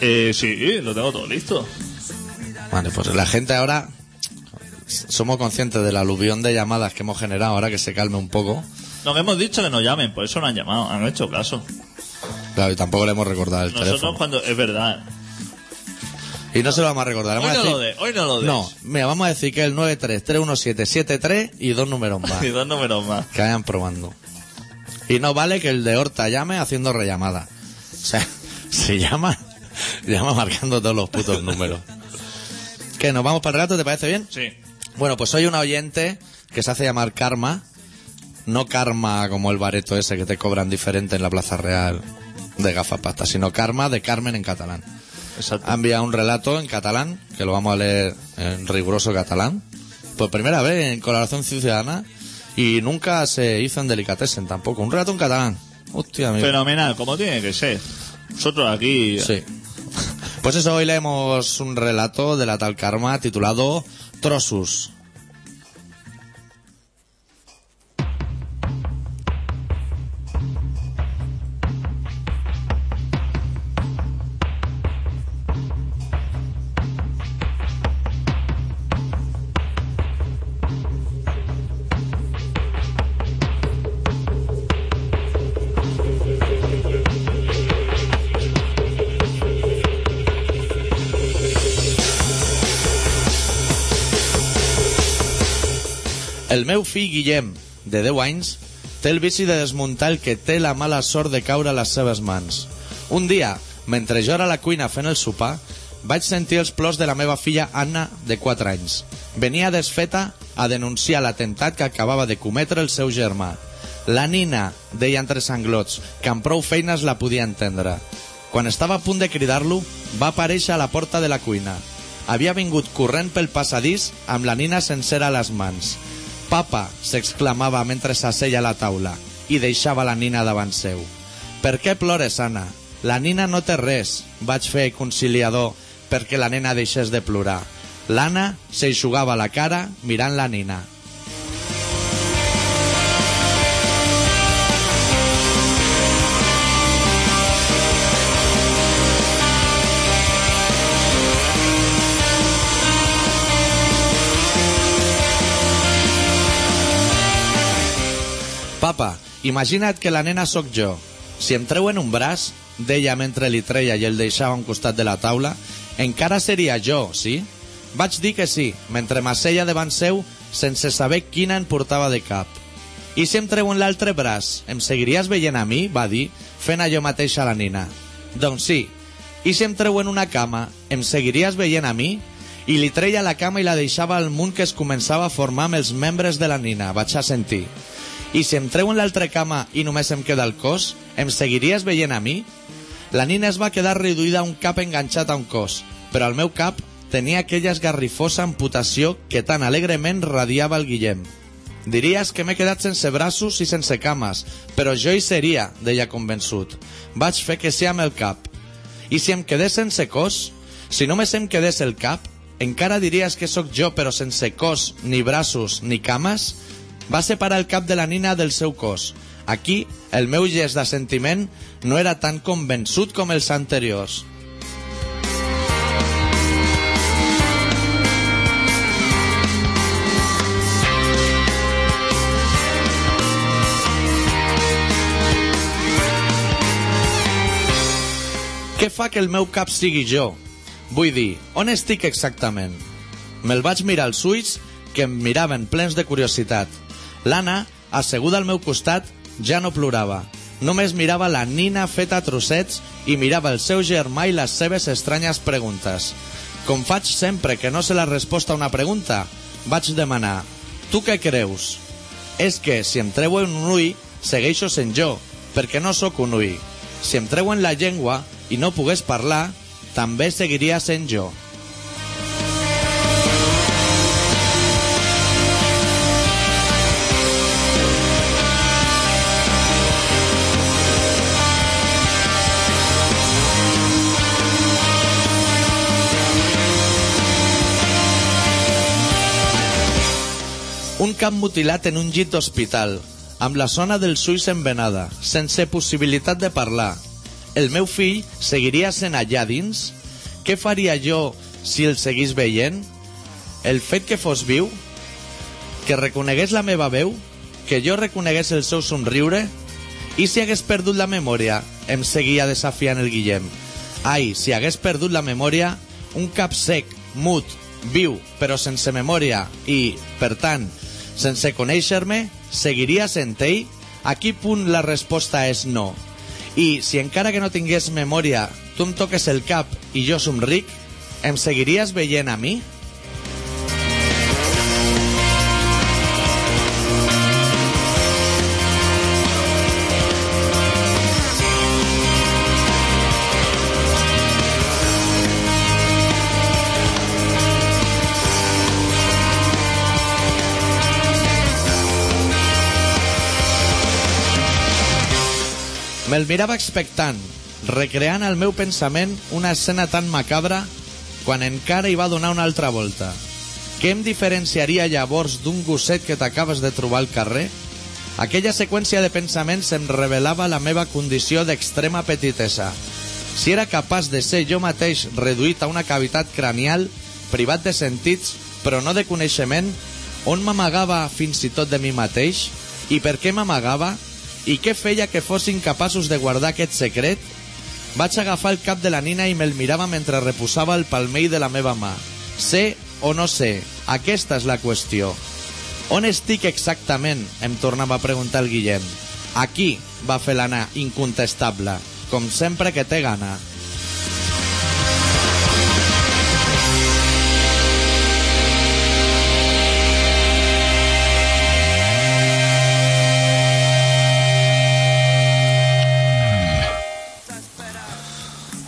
Speaker 2: Eh, sí, lo tengo todo listo.
Speaker 1: Vale, pues la gente ahora somos conscientes del aluvión de llamadas que hemos generado ahora que se calme un poco.
Speaker 2: Nos hemos dicho que nos llamen, por eso no han llamado, han hecho caso.
Speaker 1: Claro, y tampoco le hemos recordado el
Speaker 2: Nosotros
Speaker 1: teléfono.
Speaker 2: cuando... Es verdad.
Speaker 1: Y no se lo vamos a recordar.
Speaker 2: Hoy
Speaker 1: Vamos
Speaker 2: no
Speaker 1: a decir-
Speaker 2: lo des, hoy no lo des.
Speaker 1: No, mira, vamos a decir que es el 9331773 y dos números más.
Speaker 2: Y dos números más.
Speaker 1: que vayan probando. Y no vale que el de Horta llame haciendo rellamada. O sea, Se llama, llama marcando todos los putos números. ¿Qué? ¿Nos vamos para el rato? ¿Te parece bien?
Speaker 2: Sí.
Speaker 1: Bueno, pues soy una oyente que se hace llamar Karma. No Karma como el bareto ese que te cobran diferente en la Plaza Real de gafapasta, sino Karma de Carmen en catalán.
Speaker 2: Exacto.
Speaker 1: Ha enviado un relato en catalán, que lo vamos a leer en riguroso catalán. Por primera vez en Colaboración Ciudadana y nunca se hizo en Delicatessen tampoco. Un relato en catalán. Hostia, amigo.
Speaker 2: Fenomenal, como tiene que ser. Nosotros aquí.
Speaker 1: Sí. Pues eso, hoy leemos un relato de la tal Karma titulado Trosus. El meu fill Guillem, de 10 anys, té el vici de desmuntar el que té la mala sort de caure a les seves mans. Un dia, mentre jo era a la cuina fent el sopar, vaig sentir els plors de la meva filla Anna, de 4 anys. Venia desfeta a denunciar l'atemptat que acabava de cometre el seu germà. La nina, deia entre sanglots, que amb prou feines la podia entendre. Quan estava a punt de cridar-lo, va aparèixer a la porta de la cuina. Havia vingut corrent pel passadís amb la nina sencera a les mans. Papa, s'exclamava mentre s'asseia a la taula i deixava la nina davant seu. Per què plores, Anna? La nina no té res, vaig fer conciliador perquè la nena deixés de plorar. L'Anna s'eixugava la cara mirant la nina. Papa, imagina't que la nena sóc jo. Si em treuen un braç, deia mentre li treia i el deixava a un costat de la taula, encara seria jo, sí? Vaig dir que sí, mentre m'asseia davant seu, sense saber quina en portava de cap. I si em treuen l'altre braç, em seguiries veient a mi? va dir, fent allò mateix a la nina. Doncs sí. I si em treuen una cama, em seguiries veient a mi? I li treia la cama i la deixava al munt que es començava a formar amb els membres de la nina, vaig a sentir. I si em treuen l'altra cama i només em queda el cos, em seguiries veient a mi? La nina es va quedar reduïda a un cap enganxat a un cos, però al meu cap tenia aquella esgarrifosa amputació que tan alegrement radiava el Guillem. Diries que m'he quedat sense braços i sense cames, però jo hi seria, deia convençut. Vaig fer que sí amb el cap. I si em quedés sense cos? Si només em quedés el cap, encara diries que sóc jo però sense cos, ni braços, ni cames? Va separar el cap de la nina del seu cos. Aquí, el meu gest de sentiment no era tan convençut com els anteriors. Què fa que el meu cap sigui jo? Vull dir, on estic exactament? Me'l vaig mirar als ulls, que em miraven plens de curiositat. L'Anna, asseguda al meu costat, ja no plorava. Només mirava la nina feta a trossets i mirava el seu germà i les seves estranyes preguntes. Com faig sempre que no sé la resposta a una pregunta, vaig demanar, tu què creus? És que si em treuen un ull, segueixo sent jo, perquè no sóc un ull. Si em treuen la llengua i no pogués parlar, també seguiria sent jo. Un cap mutilat en un llit d'hospital, amb la zona dels ulls envenada, sense possibilitat de parlar. El meu fill seguiria sent allà dins? Què faria jo si el seguís veient? El fet que fos viu? Que reconegués la meva veu? Que jo reconegués el seu somriure? I si hagués perdut la memòria? Em seguia desafiant el Guillem. Ai, si hagués perdut la memòria, un cap sec, mut, viu, però sense memòria i, per tant, sense conèixer-me, seguiria sent ell? A quin punt la resposta és no? I si encara que no tingués memòria, tu em toques el cap i jo somric, em seguiries veient a mi? Me'l mirava expectant, recreant al meu pensament una escena tan macabra quan encara hi va donar una altra volta. Què em diferenciaria llavors d'un gosset que t'acabes de trobar al carrer? Aquella seqüència de pensaments em revelava la meva condició d'extrema petitesa. Si era capaç de ser jo mateix reduït a una cavitat cranial, privat de sentits, però no de coneixement, on m'amagava fins i tot de mi mateix? I per què m'amagava? I què feia que fossin capaços de guardar aquest secret? Vaig agafar el cap de la nina i me'l mirava mentre reposava el palmell de la meva mà. Sé o no sé? Aquesta és la qüestió. On estic exactament? Em tornava a preguntar el Guillem. Aquí, va fer l'anar, incontestable, com sempre que té gana.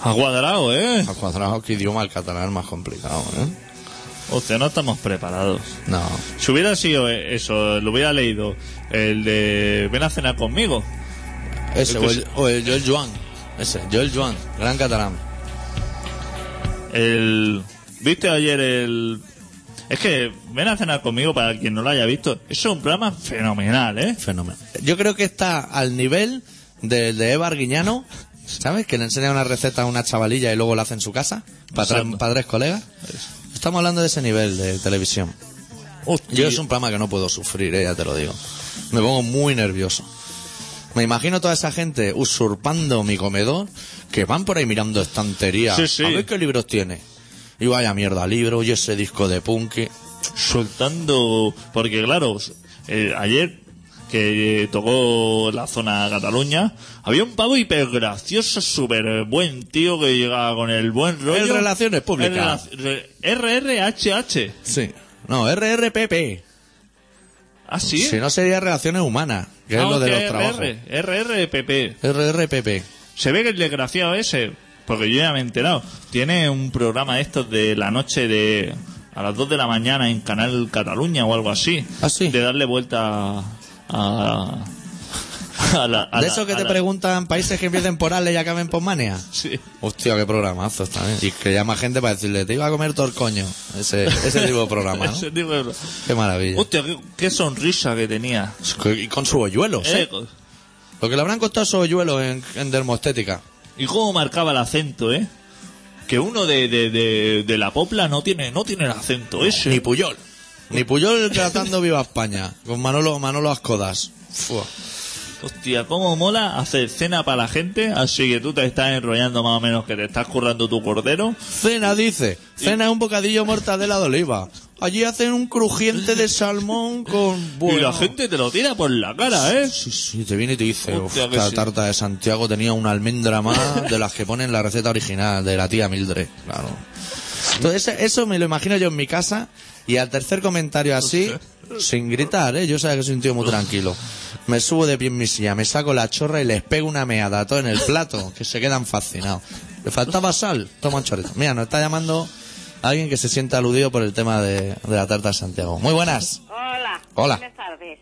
Speaker 2: Ha cuadrado, ¿eh?
Speaker 1: Al cuadrado, que idioma el catalán es más complicado, ¿eh?
Speaker 2: Hostia, no estamos preparados.
Speaker 1: No.
Speaker 2: Si hubiera sido eh, eso, lo hubiera leído, el de ven a cenar conmigo.
Speaker 1: Ese,
Speaker 2: El que
Speaker 1: o el, o el Joel Joan. Ese, Joel Joan, gran catalán.
Speaker 2: El ¿Viste ayer el...? Es que ven a cenar conmigo para quien no lo haya visto. Eso es un programa fenomenal, ¿eh?
Speaker 1: Fenómeno. Yo creo que está al nivel del de Eva Arguiñano, ¿sabes? Que le enseña una receta a una chavalilla y luego la hace en su casa, para tres,
Speaker 2: Exacto.
Speaker 1: para tres colegas. Estamos hablando de ese nivel de televisión. Yo
Speaker 2: Hostia.
Speaker 1: es un programa que no puedo sufrir, eh, ya te lo digo. Me pongo muy nervioso. Me imagino toda esa gente usurpando mi comedor, que van por ahí mirando estanterías.
Speaker 2: Sí, sí.
Speaker 1: A ver qué libros tiene. Y vaya mierda, libro, y ese disco de punk.
Speaker 2: soltando porque claro eh, ayer que eh, tocó la zona de Cataluña había un pavo hipergracioso súper buen tío que llegaba con el buen rollo
Speaker 1: En relaciones públicas.
Speaker 2: En relac- re- RRHH
Speaker 1: Sí. No, RRPP.
Speaker 2: ah sí,
Speaker 1: Si no sería Relaciones Humanas, que
Speaker 2: Ah,
Speaker 1: es lo de
Speaker 2: hostia,
Speaker 1: los trabajos.
Speaker 2: RR, RRPP
Speaker 1: RRPP.
Speaker 2: se ve que el desgraciado ese porque yo ya me he enterado tiene un programa de estos de la noche de a las 2 de la mañana en Canal Cataluña o algo así
Speaker 1: Ah, sí.
Speaker 2: de darle vuelta a, a, a la, a
Speaker 1: De
Speaker 2: la-
Speaker 1: eso que
Speaker 2: a
Speaker 1: te
Speaker 2: la-
Speaker 1: preguntan países que empiecen por Ale y acaben por Mania.
Speaker 2: Sí.
Speaker 1: Hostia, qué eh. programazos también. Y que llama gente para decirle, te iba a comer todo el coño. Ese, ese tipo de programa, ¿no?
Speaker 2: Ese tipo de-
Speaker 1: Qué maravilla.
Speaker 2: Hostia, qué, qué sonrisa que tenía.
Speaker 1: Es que- Y con su hoyuelo, ¿eh?
Speaker 2: Eh, co-
Speaker 1: Lo que le habrán costado esos hoyuelos en, en dermostética.
Speaker 2: Y cómo marcaba el acento, ¿eh? Que uno de, de, de, de la popla no tiene, no tiene el acento ese.
Speaker 1: Ni Puyol. Ni Puyol tratando Viva España. Con Manolo, Manolo Ascodas. Fua.
Speaker 2: Hostia, cómo mola hacer cena para la gente, así que tú te estás enrollando más o menos que te estás currando tu cordero.
Speaker 1: Cena, dice. Cena es un bocadillo mortadela de oliva. Allí hacen un crujiente de salmón con...
Speaker 2: Y la
Speaker 1: bueno,
Speaker 2: gente te lo tira por la cara, ¿eh?
Speaker 1: Sí, sí, te viene y te dice,
Speaker 2: Hostia, que
Speaker 1: esta
Speaker 2: sí".
Speaker 1: tarta de Santiago tenía una almendra más de las que pone en la receta original de la tía Mildred, claro. Entonces eso- eso me lo imagino yo en mi casa y al tercer comentario así, sin gritar, ¿eh? yo sabes que soy un tío muy tranquilo, me subo de pie en mi silla, me saco la chorra y les pego una meada a todo en el plato, que se quedan fascinados. Le faltaba sal, toma un chorrito. Mira, nos está llamando alguien que se siente aludido por el tema de, de la tarta de Santiago. Muy buenas,
Speaker 5: Hola.
Speaker 1: Hola.
Speaker 5: Buenas tardes.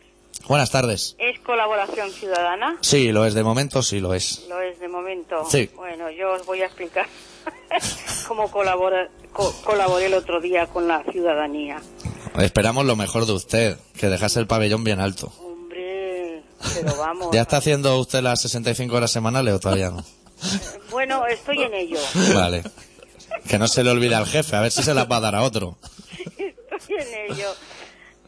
Speaker 1: buenas tardes.
Speaker 5: ¿Es colaboración ciudadana?
Speaker 1: Sí, lo es, de momento sí lo es.
Speaker 5: Lo es de momento.
Speaker 1: Sí.
Speaker 5: Bueno, yo os voy a explicar cómo colabora, co- colaboré el otro día con la ciudadanía.
Speaker 1: Esperamos lo mejor de usted, que dejase el pabellón bien alto.
Speaker 5: Hombre, pero vamos.
Speaker 1: ¿Ya está haciendo usted las 65 horas semanales o todavía no?
Speaker 5: Bueno, estoy en ello.
Speaker 1: Vale. Que no se le olvide al jefe, a ver si se las va a dar a otro.
Speaker 5: Estoy en ello.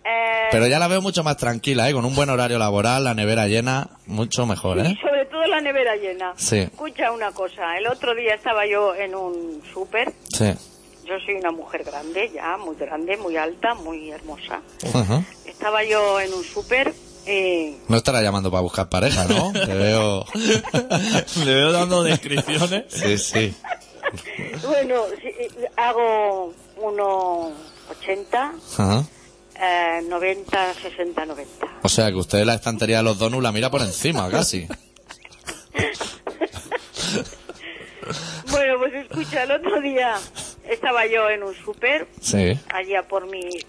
Speaker 5: Eh,
Speaker 1: Pero ya la veo mucho más tranquila, ¿eh? Con un buen horario laboral, la nevera llena, mucho mejor,
Speaker 5: Y
Speaker 1: ¿eh?
Speaker 5: sobre todo la nevera llena.
Speaker 1: Sí.
Speaker 5: Escucha una cosa. El otro día estaba yo en un súper.
Speaker 1: Sí.
Speaker 5: Yo soy una mujer grande ya, muy grande, muy alta, muy hermosa.
Speaker 1: Ujú.
Speaker 5: Estaba yo en un súper Eh,
Speaker 1: No estará llamando para buscar pareja, ¿no? Te veo.
Speaker 2: Le veo dando descripciones.
Speaker 1: Sí, sí.
Speaker 5: bueno, sí, eh, hago unos 80,
Speaker 1: Ajá.
Speaker 5: eh, 90, 60, 90.
Speaker 1: O sea que usted la estantería de los donuts la mira por encima, casi.
Speaker 5: Bueno, pues escucha, el otro día estaba yo en un súper,
Speaker 1: Sí.
Speaker 5: allá por mis,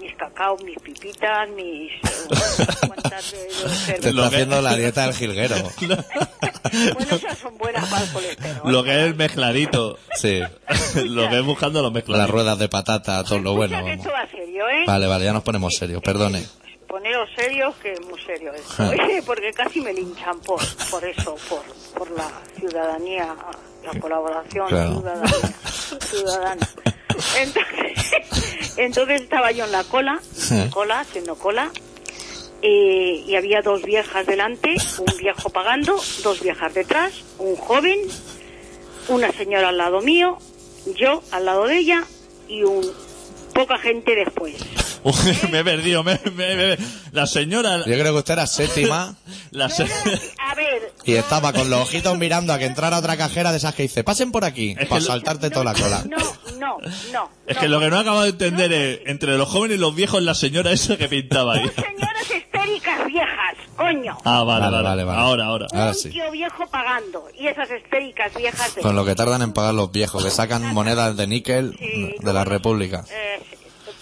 Speaker 5: mis cacao, mis pipitas, mis... eh, cuantas de- de
Speaker 1: Te
Speaker 5: cerveza.
Speaker 1: está
Speaker 2: Lo que-
Speaker 1: haciendo la dieta del jilguero.
Speaker 5: Bueno, esas son buenas para el colesterol.
Speaker 2: Lo que es el mezcladito.
Speaker 1: Sí.
Speaker 2: Lo que es buscando los
Speaker 1: Las
Speaker 2: mezcladitos.
Speaker 1: ruedas de patata, todo lo bueno.
Speaker 5: Escucha, que
Speaker 1: vamos.
Speaker 5: esto va serio, ¿eh?
Speaker 1: Vale, vale, ya nos ponemos serios, perdone.
Speaker 5: Poneros serios, que es muy serio esto.
Speaker 1: Ah.
Speaker 5: Oye, porque casi me linchan por, por eso, por, por la ciudadanía, la colaboración
Speaker 1: Claro.
Speaker 5: ciudadana. ciudadana. Entonces, entonces estaba yo en la cola,
Speaker 1: Sí.
Speaker 5: cola, haciendo cola, y, y había dos viejas delante, un viejo pagando, dos viejas detrás, un joven, una señora al lado mío, yo al lado de ella y un poca gente después.
Speaker 2: Uy, me he perdido. me- me- me- La señora.
Speaker 1: Yo creo que usted era séptima
Speaker 2: La se-
Speaker 5: A ver,
Speaker 1: y estaba con los ojitos mirando a que entrara otra cajera de esas que dice, pasen por aquí,
Speaker 2: Es que
Speaker 1: para
Speaker 2: lo-
Speaker 1: saltarte toda la cola.
Speaker 5: No, no, no.
Speaker 2: Es
Speaker 5: no.
Speaker 2: que lo que no he acabado de entender es entre los jóvenes y los viejos la señora esa que pintaba ahí.
Speaker 5: Dos señoras histéricas viejas, coño.
Speaker 2: Ah, vale,
Speaker 1: Vale,
Speaker 2: vale.
Speaker 1: vale, vale.
Speaker 2: Ahora, ahora.
Speaker 1: ahora
Speaker 5: Un
Speaker 1: ah, sí.
Speaker 5: tío viejo pagando. Y esas histéricas viejas de...
Speaker 1: Con lo que tardan en pagar los viejos, que sacan monedas de níquel
Speaker 5: Sí,
Speaker 1: de la República.
Speaker 5: eh,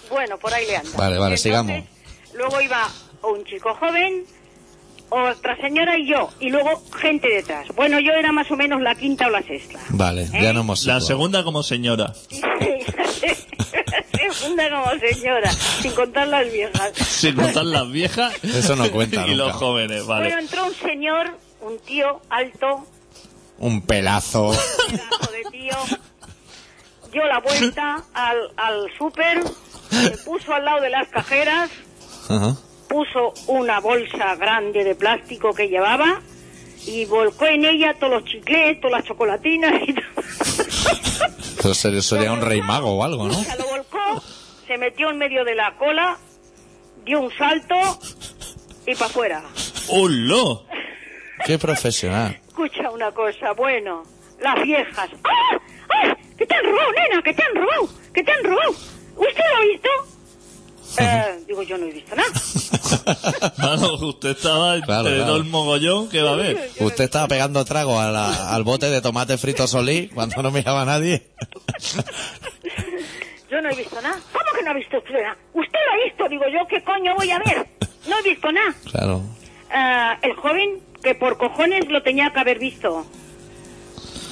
Speaker 5: bueno, por ahí le anda.
Speaker 1: Vale, vale,
Speaker 5: Entonces,
Speaker 1: sigamos.
Speaker 5: Luego iba un chico joven, otra señora y yo. Y luego gente detrás. Bueno, yo era más o menos la quinta o la sexta.
Speaker 1: Vale, ya no hemos
Speaker 2: La
Speaker 1: situado.
Speaker 2: segunda como señora.
Speaker 5: La segunda como señora, sin contar las viejas.
Speaker 2: Sin contar las viejas.
Speaker 1: Eso no cuenta
Speaker 2: Y los
Speaker 1: nunca.
Speaker 2: jóvenes, vale.
Speaker 5: Bueno, entró un señor, un tío alto,
Speaker 1: Un pelazo.
Speaker 5: pedazo de tío. Dio la vuelta al, al súper, se puso al lado de las cajeras,
Speaker 1: Ajá.
Speaker 5: puso una bolsa grande de plástico que llevaba y volcó en ella todos los chicles, todas las chocolatinas y todo.
Speaker 1: Pero serio, sería un rey mago o algo, ¿no?
Speaker 5: Se lo volcó, se metió en medio de la cola, dio un salto y para afuera.
Speaker 2: ¡Hola!
Speaker 1: Qué profesional.
Speaker 5: Escucha una cosa, bueno, las viejas. ¡Ah! ¡Ah! ¡Que te han robado, nena! ¡Que te han robado! ¡Que te han robado! ¿Usted lo ha visto? Eh, digo, yo no he visto nada.
Speaker 2: Claro, usted estaba entre
Speaker 1: Claro, claro.
Speaker 2: todo el mogollón que va a haber.
Speaker 1: Usted estaba pegando trago a la- al bote de tomate frito solí cuando no miraba a nadie.
Speaker 5: Yo no he visto nada. ¿Cómo que no ha visto usted nada? ¿Usted lo ha visto? Digo, yo qué coño voy a ver. No he visto nada.
Speaker 1: Claro.
Speaker 5: Eh, el joven, que por cojones lo tenía que haber visto.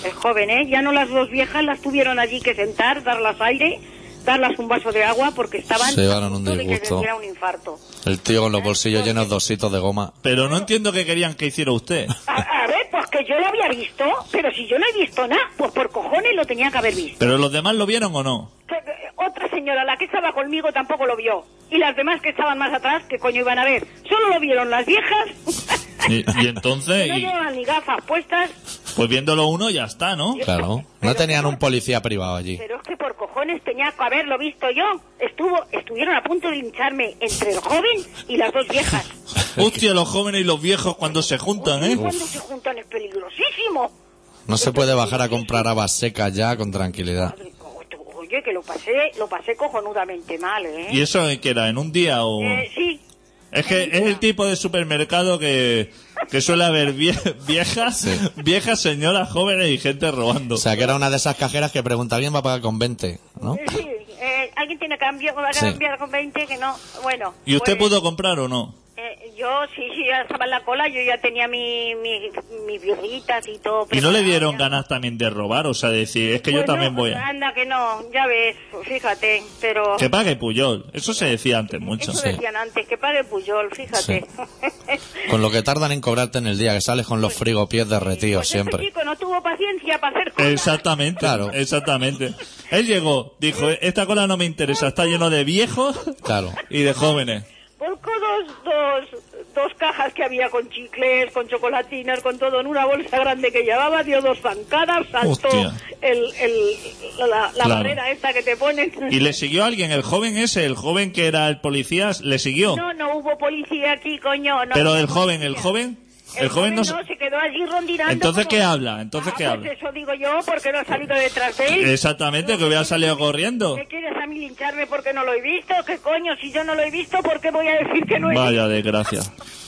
Speaker 5: El joven, ¿eh? Ya no las dos viejas las tuvieron allí que sentar, darlas aire, darlas un vaso de agua porque estaban
Speaker 1: Se llevaron
Speaker 5: a
Speaker 1: un
Speaker 5: punto de que se
Speaker 1: disgusto.
Speaker 5: diera un infarto.
Speaker 1: El tío con los bolsillos llenos de ositos de goma.
Speaker 2: Pero no entiendo qué querían que hiciera usted.
Speaker 5: A, a ver, pues que yo lo había visto, pero si yo no he visto nada, pues por cojones lo tenía que haber visto.
Speaker 2: ¿Pero los demás lo vieron o no?
Speaker 5: Que- que otra señora, la que estaba conmigo, tampoco lo vio. Y las demás que estaban más atrás, que coño iban a ver? Solo lo vieron las viejas,
Speaker 2: Y, y
Speaker 5: que
Speaker 2: entonces,
Speaker 5: no
Speaker 2: y-
Speaker 5: llevaban ni gafas puestas.
Speaker 2: pues viéndolo uno ya está, ¿no?
Speaker 1: Claro. No tenían un policía privado allí.
Speaker 5: Pero es que por cojones tenía que haberlo visto yo. Estuvo, estuvieron a punto de hincharme entre el joven y las dos viejas.
Speaker 2: Hostia, los jóvenes y los viejos cuando se juntan,
Speaker 5: Y
Speaker 2: ¿eh?
Speaker 5: cuando se juntan es peligrosísimo.
Speaker 1: No se puede bajar a comprar habas secas ya con tranquilidad.
Speaker 5: Madre, co- Oye, que lo pasé, lo pasé cojonudamente mal, ¿eh?
Speaker 2: ¿Y eso en qué era? ¿En un día o...?
Speaker 5: Eh, sí,
Speaker 2: Es que es el tipo de supermercado que, que suele haber vie- viejas,
Speaker 1: Sí.
Speaker 2: viejas señoras jóvenes y gente robando.
Speaker 1: O sea, que era una de esas cajeras que pregunta, ¿alguien va a pagar con 20? ¿No?
Speaker 5: eh, sí. Eh, ¿Alguien tiene cambio? ¿Va a
Speaker 1: Sí.
Speaker 5: cambiar con 20? Que no. Bueno.
Speaker 2: ¿Y usted
Speaker 5: pues,
Speaker 2: pudo comprar o no?
Speaker 5: eh, yo sí, sí, ya estaba en la cola, yo ya tenía mi, mi- mis birritas y todo.
Speaker 2: ¿Y no le dieron
Speaker 5: preparado.
Speaker 2: ganas también de robar? O sea, de decir, es que yo
Speaker 5: Bueno,
Speaker 2: también voy a...
Speaker 5: Anda, que no, ya ves, fíjate, pero...
Speaker 2: Que pague Puyol. Eso se decía antes mucho.
Speaker 5: Eso
Speaker 1: Sí.
Speaker 5: decían antes, que pague Puyol, fíjate.
Speaker 1: Con lo que tardan en cobrarte en el día, que sales con los frigopiés derretidos
Speaker 5: Pues este
Speaker 1: siempre.
Speaker 5: chico no tuvo paciencia para hacer cosas.
Speaker 2: Exactamente,
Speaker 1: Claro.
Speaker 2: exactamente. Él llegó, dijo, esta cola no me interesa, está lleno de viejos
Speaker 1: Claro.
Speaker 2: y de jóvenes.
Speaker 5: Volcó dos, dos, dos cajas que había con chicles, con chocolatinas, con todo en una bolsa grande que llevaba, dio dos zancadas, saltó
Speaker 2: Hostia.
Speaker 5: el, el- la, la
Speaker 2: Claro.
Speaker 5: barrera esta que te ponen.
Speaker 2: ¿Y le siguió alguien? ¿El joven ese? ¿El joven que era el policía? ¿Le siguió?
Speaker 5: No, no hubo policía aquí, coño. No
Speaker 2: Pero
Speaker 5: había
Speaker 2: el joven,
Speaker 5: policía.
Speaker 2: el joven...
Speaker 5: El, joven no,
Speaker 2: se-
Speaker 5: se quedó allí rondinando.
Speaker 2: Entonces,
Speaker 5: como-
Speaker 2: ¿qué habla? Entonces,
Speaker 5: Ah,
Speaker 2: ¿qué
Speaker 5: pues
Speaker 2: habla?
Speaker 5: Eso digo yo, porque no ha salido detrás de él.
Speaker 2: Exactamente, que hubiera salido corriendo.
Speaker 5: ¿Qué quieres a mí lincharme porque no lo he visto? ¿Qué coño? Si yo no lo he visto, ¿por qué voy a decir que no he visto?
Speaker 2: Vaya desgracia.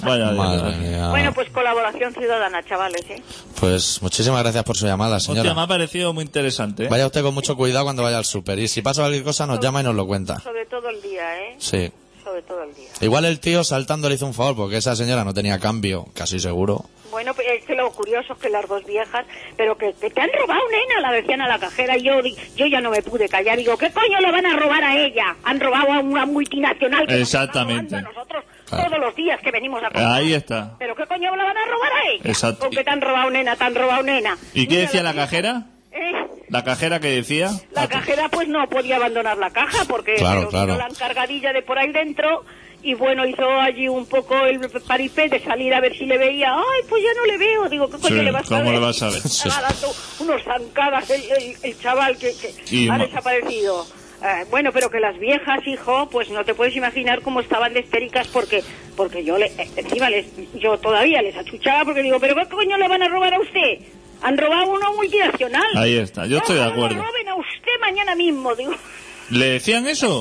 Speaker 2: Vaya
Speaker 1: Madre
Speaker 2: desgracia.
Speaker 1: mía.
Speaker 5: Bueno, pues colaboración ciudadana, chavales, ¿eh?
Speaker 1: Pues muchísimas gracias por su llamada,
Speaker 2: Hostia, me
Speaker 1: señora.
Speaker 2: ha parecido muy interesante. ¿eh?
Speaker 1: Vaya usted con mucho cuidado cuando vaya al súper. Y si pasa cualquier cosa, nos llama y nos lo cuenta.
Speaker 5: Sobre todo el día, ¿eh?
Speaker 1: Sí.
Speaker 5: Sobre todo el día.
Speaker 1: Igual el tío saltando le hizo un favor, porque esa señora no tenía cambio, casi seguro.
Speaker 5: Bueno, pues es que lo curioso es que las dos viejas, pero que, que te han robado, nena, la decían a la cajera. Y yo, di- yo ya no me pude callar. Digo, ¿qué coño le van a robar a ella? Han robado a una multinacional que nos está
Speaker 2: Exactamente.
Speaker 5: robando a nosotros
Speaker 1: Claro.
Speaker 5: todos los días que venimos a comprar.
Speaker 2: Ahí está.
Speaker 5: ¿Pero qué coño la van a robar a ella?
Speaker 2: Exacto.
Speaker 5: ¿Con qué te han robado, nena? ¿Te han robado, nena?
Speaker 2: ¿Y qué
Speaker 5: Mira,
Speaker 2: decía la
Speaker 5: vieja-
Speaker 2: cajera?
Speaker 5: ¿Eh?
Speaker 2: La cajera que decía.
Speaker 5: La cajera pues no podía abandonar la caja porque
Speaker 1: Claro,
Speaker 5: se lo
Speaker 1: claro.
Speaker 5: vino la encargadilla de por ahí dentro y bueno, hizo allí un poco el paripé de salir a ver si le veía. Ay, pues ya no le veo. Digo, ¿qué coño
Speaker 2: Sí,
Speaker 5: le vas a
Speaker 2: ¿cómo
Speaker 5: ver?
Speaker 2: le vas a ver?
Speaker 5: Estaba dando unos zancadas el, el- el chaval que, que
Speaker 2: Y
Speaker 5: ha
Speaker 2: ma-
Speaker 5: desaparecido. Eh, bueno, pero que las viejas, hijo, pues no te puedes imaginar cómo estaban de histéricas porque porque yo le, eh, encima les, yo todavía les achuchaba porque digo, ¿pero qué coño le van a robar a usted? Han robado una multinacional.
Speaker 2: Ahí está, yo estoy de
Speaker 5: Ojalá
Speaker 2: acuerdo.
Speaker 5: lo roben a usted mañana mismo, digo.
Speaker 2: ¿Le decían eso?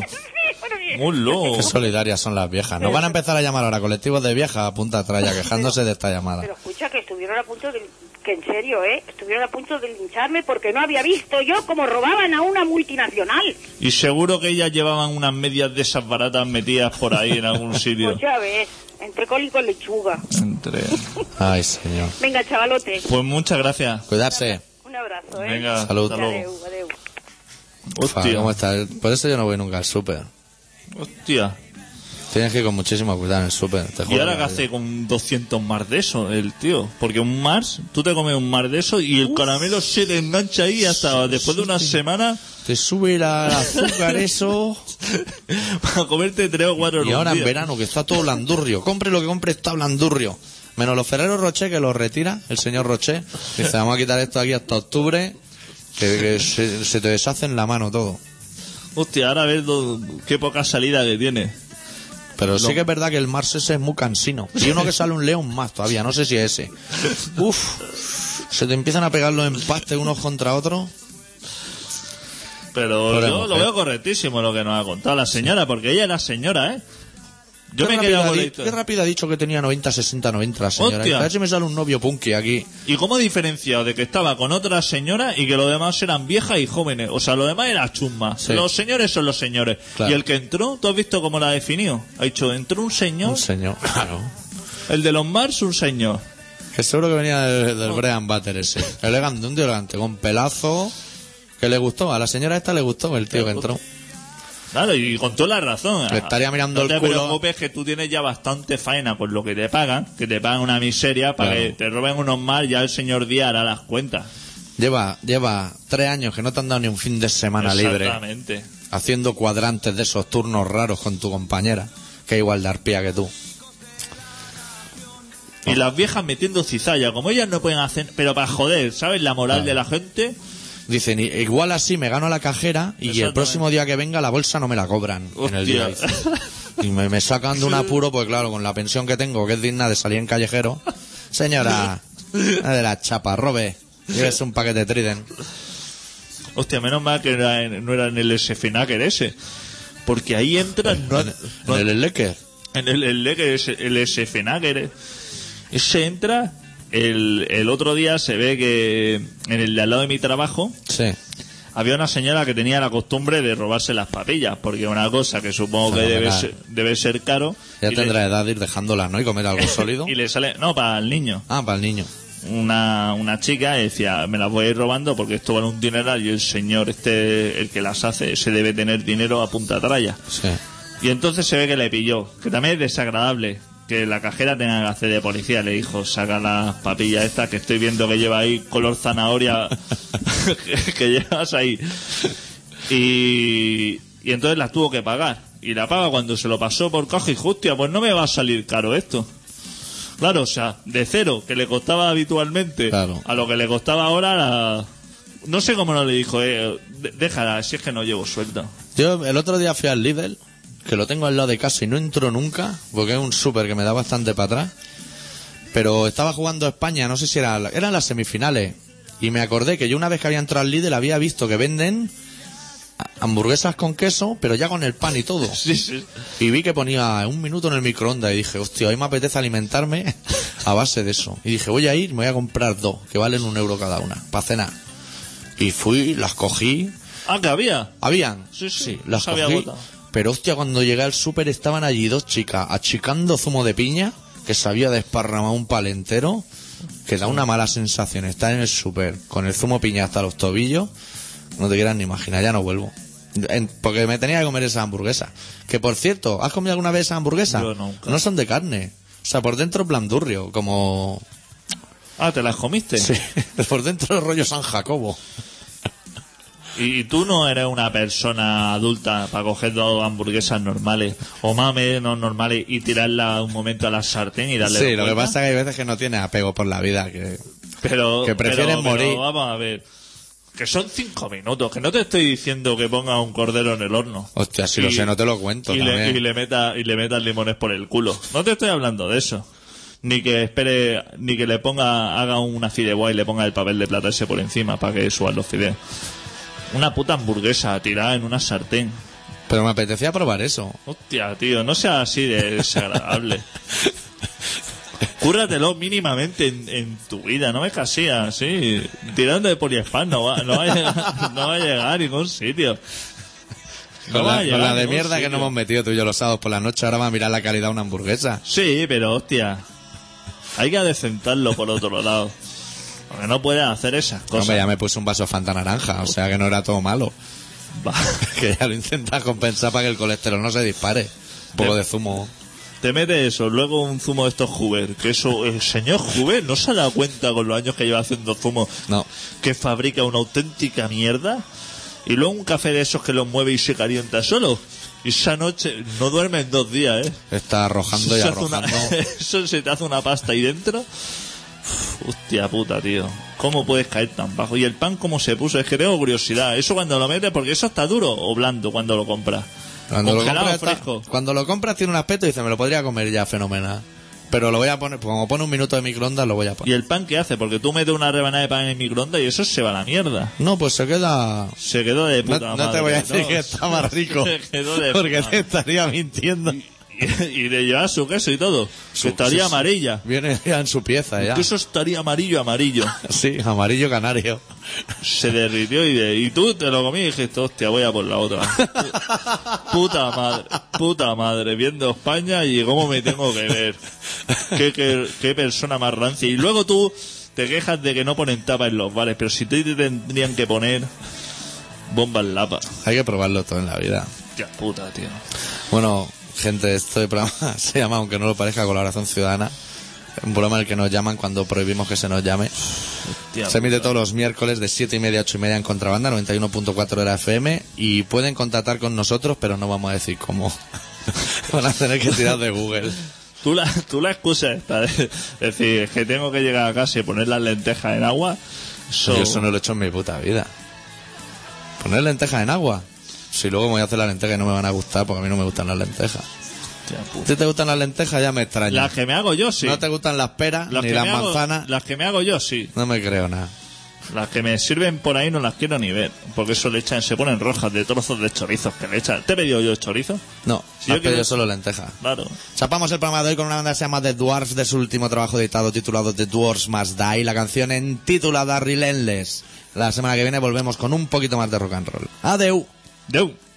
Speaker 2: Un lobo.
Speaker 1: Qué solidarias son las viejas. Nos van a empezar a llamar ahora colectivos de viejas a punta traya quejándose de esta llamada.
Speaker 5: Pero escucha, que estuvieron a punto de... Que en serio, ¿eh? Estuvieron a punto de lincharme porque no había visto yo cómo robaban a una multinacional.
Speaker 2: Y seguro que ellas llevaban unas medias de esas baratas metidas por ahí en algún sitio.
Speaker 5: Pues ya ves, entre col y con lechuga.
Speaker 2: Entre-
Speaker 1: Ay, señor.
Speaker 5: Venga, chavalote,
Speaker 2: Pues muchas gracias.
Speaker 1: Cuidarse.
Speaker 5: un abrazo, ¿eh?
Speaker 2: Venga,
Speaker 1: Salud.
Speaker 2: hasta luego.
Speaker 5: Adeu, adeu.
Speaker 1: Fa,
Speaker 2: Hostia,
Speaker 1: ¿cómo está? Por eso yo no voy nunca al súper.
Speaker 2: hostia.
Speaker 1: Tienes que ir con muchísimo cuidado en el súper. te
Speaker 2: ¿Y
Speaker 1: juro
Speaker 2: ahora
Speaker 1: que-
Speaker 2: qué hace con 200 más de eso el tío? Porque un Mars, tú te comes un Mars de eso y el caramelo se te engancha ahí hasta después de una semana
Speaker 1: Te sube la, el azúcar eso.
Speaker 2: para comerte tres o cuatro
Speaker 1: Y
Speaker 2: en un
Speaker 1: ahora en
Speaker 2: día.
Speaker 1: verano, que está todo blandurrio. Compre lo que compre, está blandurrio. Menos los Ferrero Rocher, que los retira el señor Rocher. Dice, vamos a quitar esto aquí hasta octubre, que, que se, se te deshace en la mano todo.
Speaker 2: Hostia, ahora ves do- qué poca salida que tiene.
Speaker 1: Pero sí que es verdad que el Mars ese es muy cansino. Y uno que sale un león más todavía, no sé si es ese. Uf, se te empiezan a pegar los empastes unos contra otros.
Speaker 2: Pero
Speaker 1: Pobre
Speaker 2: yo lo
Speaker 1: mujer.
Speaker 2: veo correctísimo lo que nos ha contado la señora, porque ella era señora, ¿eh? Yo
Speaker 1: Qué
Speaker 2: me he
Speaker 1: rápido
Speaker 2: quedado
Speaker 1: ha
Speaker 2: con la
Speaker 1: di- Qué
Speaker 2: historia.
Speaker 1: rápido ha dicho que tenía 90, 60, 90 la señora.
Speaker 2: Hostia.
Speaker 1: A ver si me sale un novio punky aquí.
Speaker 2: ¿Y cómo ha diferenciado de que estaba con otra señora y que los demás eran viejas y jóvenes? O sea, los demás eran chusmas.
Speaker 1: Sí.
Speaker 2: Los señores son los señores.
Speaker 1: Claro.
Speaker 2: Y el que entró, ¿tú has visto cómo la ha definido? Ha dicho, entró un señor,
Speaker 1: Un señor, claro.
Speaker 2: el de los Mars, un señor.
Speaker 1: Que seguro que venía del,
Speaker 2: Oh.
Speaker 1: del Bread and Butter ese. Elegante, un tío elegante, con pelazo. Que le gustó, a la señora esta le gustó el tío que entró.
Speaker 2: Claro, y con toda la razón.
Speaker 1: Le estaría mirando
Speaker 2: No
Speaker 1: el
Speaker 2: te
Speaker 1: culo.
Speaker 2: preocupes que tú tienes ya bastante faena por lo que te pagan, que te pagan una miseria para
Speaker 1: Claro.
Speaker 2: que te roben unos más, ya el señor Díaz hará las cuentas.
Speaker 1: Lleva, lleva tres años que no te han dado ni un fin de semana libre.
Speaker 2: Exactamente.
Speaker 1: Haciendo cuadrantes de esos turnos raros con tu compañera. Que es igual de arpía que tú.
Speaker 2: Y las viejas metiendo cizalla, como ellas no pueden hacer, pero para joder, ¿sabes? La moral de la gente.
Speaker 1: Dicen, "I- igual así me gano la cajera y el
Speaker 2: Exactamente.
Speaker 1: próximo día que venga la bolsa no me la cobran. En el día.
Speaker 2: Hostia.
Speaker 1: dice. Y me, me sacan de un apuro, pues claro, con la pensión que tengo, que es digna de salir en callejero. Señora, una de las chapas, robe. Llévese un paquete de Trident.
Speaker 2: Hostia, menos mal que era en- no era en el SFNACER ese. Porque ahahí entran. No,
Speaker 1: En,
Speaker 2: no-
Speaker 1: en el Lecker.
Speaker 2: en el, el, Lecker ese- el SFNACER. Ese entra. El, el otro día se ve que en el de al lado de mi trabajo
Speaker 1: Sí.
Speaker 2: había una señora que tenía la costumbre de robarse las papillas, porque una cosa que supongo que debe
Speaker 1: Fenomenal.
Speaker 2: ser, debe ser caro.
Speaker 1: Ya
Speaker 2: y le-
Speaker 1: tendrá edad de ir dejándola, ¿no? Y comer algo sólido.
Speaker 2: Y le sale. No, para el niño.
Speaker 1: Ah, para el niño.
Speaker 2: una, una chica y decía, me las voy a ir robando porque esto vale un dineral y el señor este, el que las hace, se debe tener dinero a punta tralla.
Speaker 1: Sí.
Speaker 2: Y entonces se ve que le pilló, que también es desagradable que la cajera tenga que hacer de policía. Le dijo, saca las papillas estas que estoy viendo que lleva ahí color zanahoria que, que llevas ahí. Y, y entonces las tuvo que pagar. y la paga cuando se lo pasó por caja y hostia, pues no me va a salir caro esto. Claro, o sea, de cero, que le costaba habitualmente,
Speaker 1: Claro.
Speaker 2: a lo que le costaba ahora, la- no sé cómo no le dijo, eh, de- déjala, si es que no llevo sueldo.
Speaker 1: Yo el otro día fui al Lidl, que lo tengo al lado de casa y no entro nunca, porque es un súper que me da bastante para atrás. Pero estaba jugando a España, no sé si era, la- eran las semifinales. Y me acordé que yo una vez que había entrado al Lidl había visto que venden a- hamburguesas con queso, pero ya con el pan y todo.
Speaker 2: Sí, sí.
Speaker 1: Y vi que ponía un minuto en el microondas y dije, hostia, hoy me apetece alimentarme a base de eso. Y dije, voy a ir, me voy a comprar dos, que valen un euro cada una, para cenar. Y fui, las cogí,
Speaker 2: Ah, que había.
Speaker 1: habían.
Speaker 2: Sí, sí,
Speaker 1: las
Speaker 2: se había
Speaker 1: cogí.
Speaker 2: agotado.
Speaker 1: Pero hostia, cuando llegué al súper estaban allí dos chicas achicando zumo de piña que sabía desparramar un palentero que da una mala sensación estar en el súper con el zumo piña hasta los tobillos. No te quieras ni imaginar, ya no vuelvo. En- porque me tenía que comer esa hamburguesa. Que por cierto, ¿has comido alguna vez esa hamburguesa?
Speaker 2: Yo nunca.
Speaker 1: No son de carne. O sea, por dentro es blandurrio, como...
Speaker 2: Ah, te las comiste.
Speaker 1: Sí, por dentro es rollo San Jacobo.
Speaker 2: Y, y tú no eres una persona adulta para coger dos hamburguesas normales o mames no normales y tirarla un momento a la sartén y darle.
Speaker 1: Sí,
Speaker 2: dos
Speaker 1: lo que
Speaker 2: vueltas.
Speaker 1: pasa es que hay veces que no tienes apego por la vida, que
Speaker 2: Pero,
Speaker 1: que prefieren
Speaker 2: pero- pero
Speaker 1: morir.
Speaker 2: vamos a ver. Que son cinco minutos, que no te estoy diciendo que ponga un cordero en el horno.
Speaker 1: Hostia, si lo sé, no te lo cuento
Speaker 2: Y le,
Speaker 1: también.
Speaker 2: y le meta, y le metas limones por el culo. No te estoy hablando de eso. Ni que espere, ni que le ponga, haga una fideuá y le ponga el papel de plata ese por encima para que suban los fideos. Una puta hamburguesa tirada en una sartén.
Speaker 1: Pero me apetecía probar eso.
Speaker 2: Hostia, tío, no sea así de desagradable. Cúrratelo mínimamente en, en tu vida, no me así, así. Tirando de poliespán no va, no, va a llegar, no va a llegar a ningún sitio. No
Speaker 1: Con
Speaker 2: va
Speaker 1: la,
Speaker 2: a
Speaker 1: con
Speaker 2: llegar
Speaker 1: la
Speaker 2: a
Speaker 1: de
Speaker 2: ningún
Speaker 1: mierda que
Speaker 2: sitio.
Speaker 1: nos hemos metido tú y yo los sábados por la noche, ahora va a mirar la calidad de una hamburguesa.
Speaker 2: Sí, pero hostia. Hay que adecentarlo por otro lado. Porque no puedes hacer esas
Speaker 1: Hombre,
Speaker 2: cosas.
Speaker 1: ya me puse un vaso de Fanta naranja, o sea que no era todo malo.
Speaker 2: Va.
Speaker 1: Que ya lo intentas compensar para que el colesterol no se dispare. Un poco de zumo.
Speaker 2: Te mete eso, luego un zumo de estos Juber. Que eso, el señor Juber no se ha dado cuenta con los años que lleva haciendo zumo
Speaker 1: No.
Speaker 2: que fabrica una auténtica mierda. Y luego un café de esos que los mueve y se calienta solo. Y esa noche no duerme en dos días, ¿eh?
Speaker 1: Está arrojando y
Speaker 2: se hace
Speaker 1: arrojando.
Speaker 2: una- eso se te hace una pasta ahí dentro. Uf, Hostia puta, tío. ¿Cómo puedes caer tan bajo? Y el pan, ¿cómo se puso? Es que tengo curiosidad. ¿Eso cuando lo metes? Porque eso está duro o blando cuando lo compras.
Speaker 1: Cuando lo,
Speaker 2: Congelado
Speaker 1: compras,
Speaker 2: o
Speaker 1: está-
Speaker 2: fresco.
Speaker 1: cuando lo compras tiene un aspecto y dice, me lo podría comer ya, fenomenal. Pero lo voy a poner, como pone un minuto de microondas, lo voy a
Speaker 2: ¿Y
Speaker 1: poner.
Speaker 2: el pan qué hace? Porque tú metes una rebanada de pan en el microondas y eso se va a la mierda.
Speaker 1: No, pues se queda...
Speaker 2: Se quedó de
Speaker 1: No,
Speaker 2: puta
Speaker 1: no
Speaker 2: madre.
Speaker 1: te voy a decir
Speaker 2: No,
Speaker 1: que está más rico,
Speaker 2: se quedó de
Speaker 1: porque
Speaker 2: puta
Speaker 1: te estaría mintiendo.
Speaker 2: y, y de llevar su queso y todo. que estaría
Speaker 1: su-
Speaker 2: amarilla.
Speaker 1: Viene ya en su pieza ya.
Speaker 2: Incluso estaría amarillo, amarillo.
Speaker 1: Sí, amarillo canario.
Speaker 2: Se derritió y, de- y tú te lo comí y dijiste, hostia, voy a por la otra. puta madre, puta madre, viendo España y cómo me tengo que ver. Qué, qué- qué persona más rancia. Y luego tú te quejas de que no ponen tapa en los bares, pero si te te tendrían que poner bombas lapa.
Speaker 1: Hay que probarlo todo en la vida.
Speaker 2: Hostia puta, tío.
Speaker 1: Bueno, gente, este programa se llama, aunque no lo parezca, Colaboración Ciudadana. Un programa en el que nos llaman cuando prohibimos que se nos llame.
Speaker 2: Hostia,
Speaker 1: Se emite todos los miércoles de 7 y media a 8 y media en Contrabanda, 91.4 de la FM. Y pueden contactar con nosotros, pero no vamos a decir cómo. Van a tener que tirar de Google.
Speaker 2: Tú la, tú la excusa esta de es decir es que tengo que llegar a casa y poner las lentejas en agua. Eso,
Speaker 1: Yo eso no lo he hecho en mi puta vida. Poner lentejas en agua. Si luego me voy a hacer las lentejas y no me van a gustar, porque a mí no me gustan las lentejas.
Speaker 2: Hostia
Speaker 1: ¿A
Speaker 2: puta.
Speaker 1: ti te gustan las lentejas? Ya me extraña.
Speaker 2: Las que me hago yo sí.
Speaker 1: No te gustan las peras
Speaker 2: Las
Speaker 1: ni
Speaker 2: que
Speaker 1: las
Speaker 2: me hago-
Speaker 1: manzanas.
Speaker 2: las que me hago yo sí.
Speaker 1: No me creo nada.
Speaker 2: Las que me sirven por ahí no las quiero ni ver. Porque eso le echan, se ponen rojas de trozos de chorizos que le echan. ¿Te he pedido yo chorizo?
Speaker 1: No,
Speaker 2: Si yo
Speaker 1: has pedido
Speaker 2: quiero-
Speaker 1: solo lentejas.
Speaker 2: Claro.
Speaker 1: Chapamos el programa de hoy con una banda que se llama The Dwarfs de su último trabajo editado titulado The Dwarfs Must Die. La canción en titulada Relentless. La semana que viene volvemos con un poquito más de rock and roll. Adeu.
Speaker 2: Deu.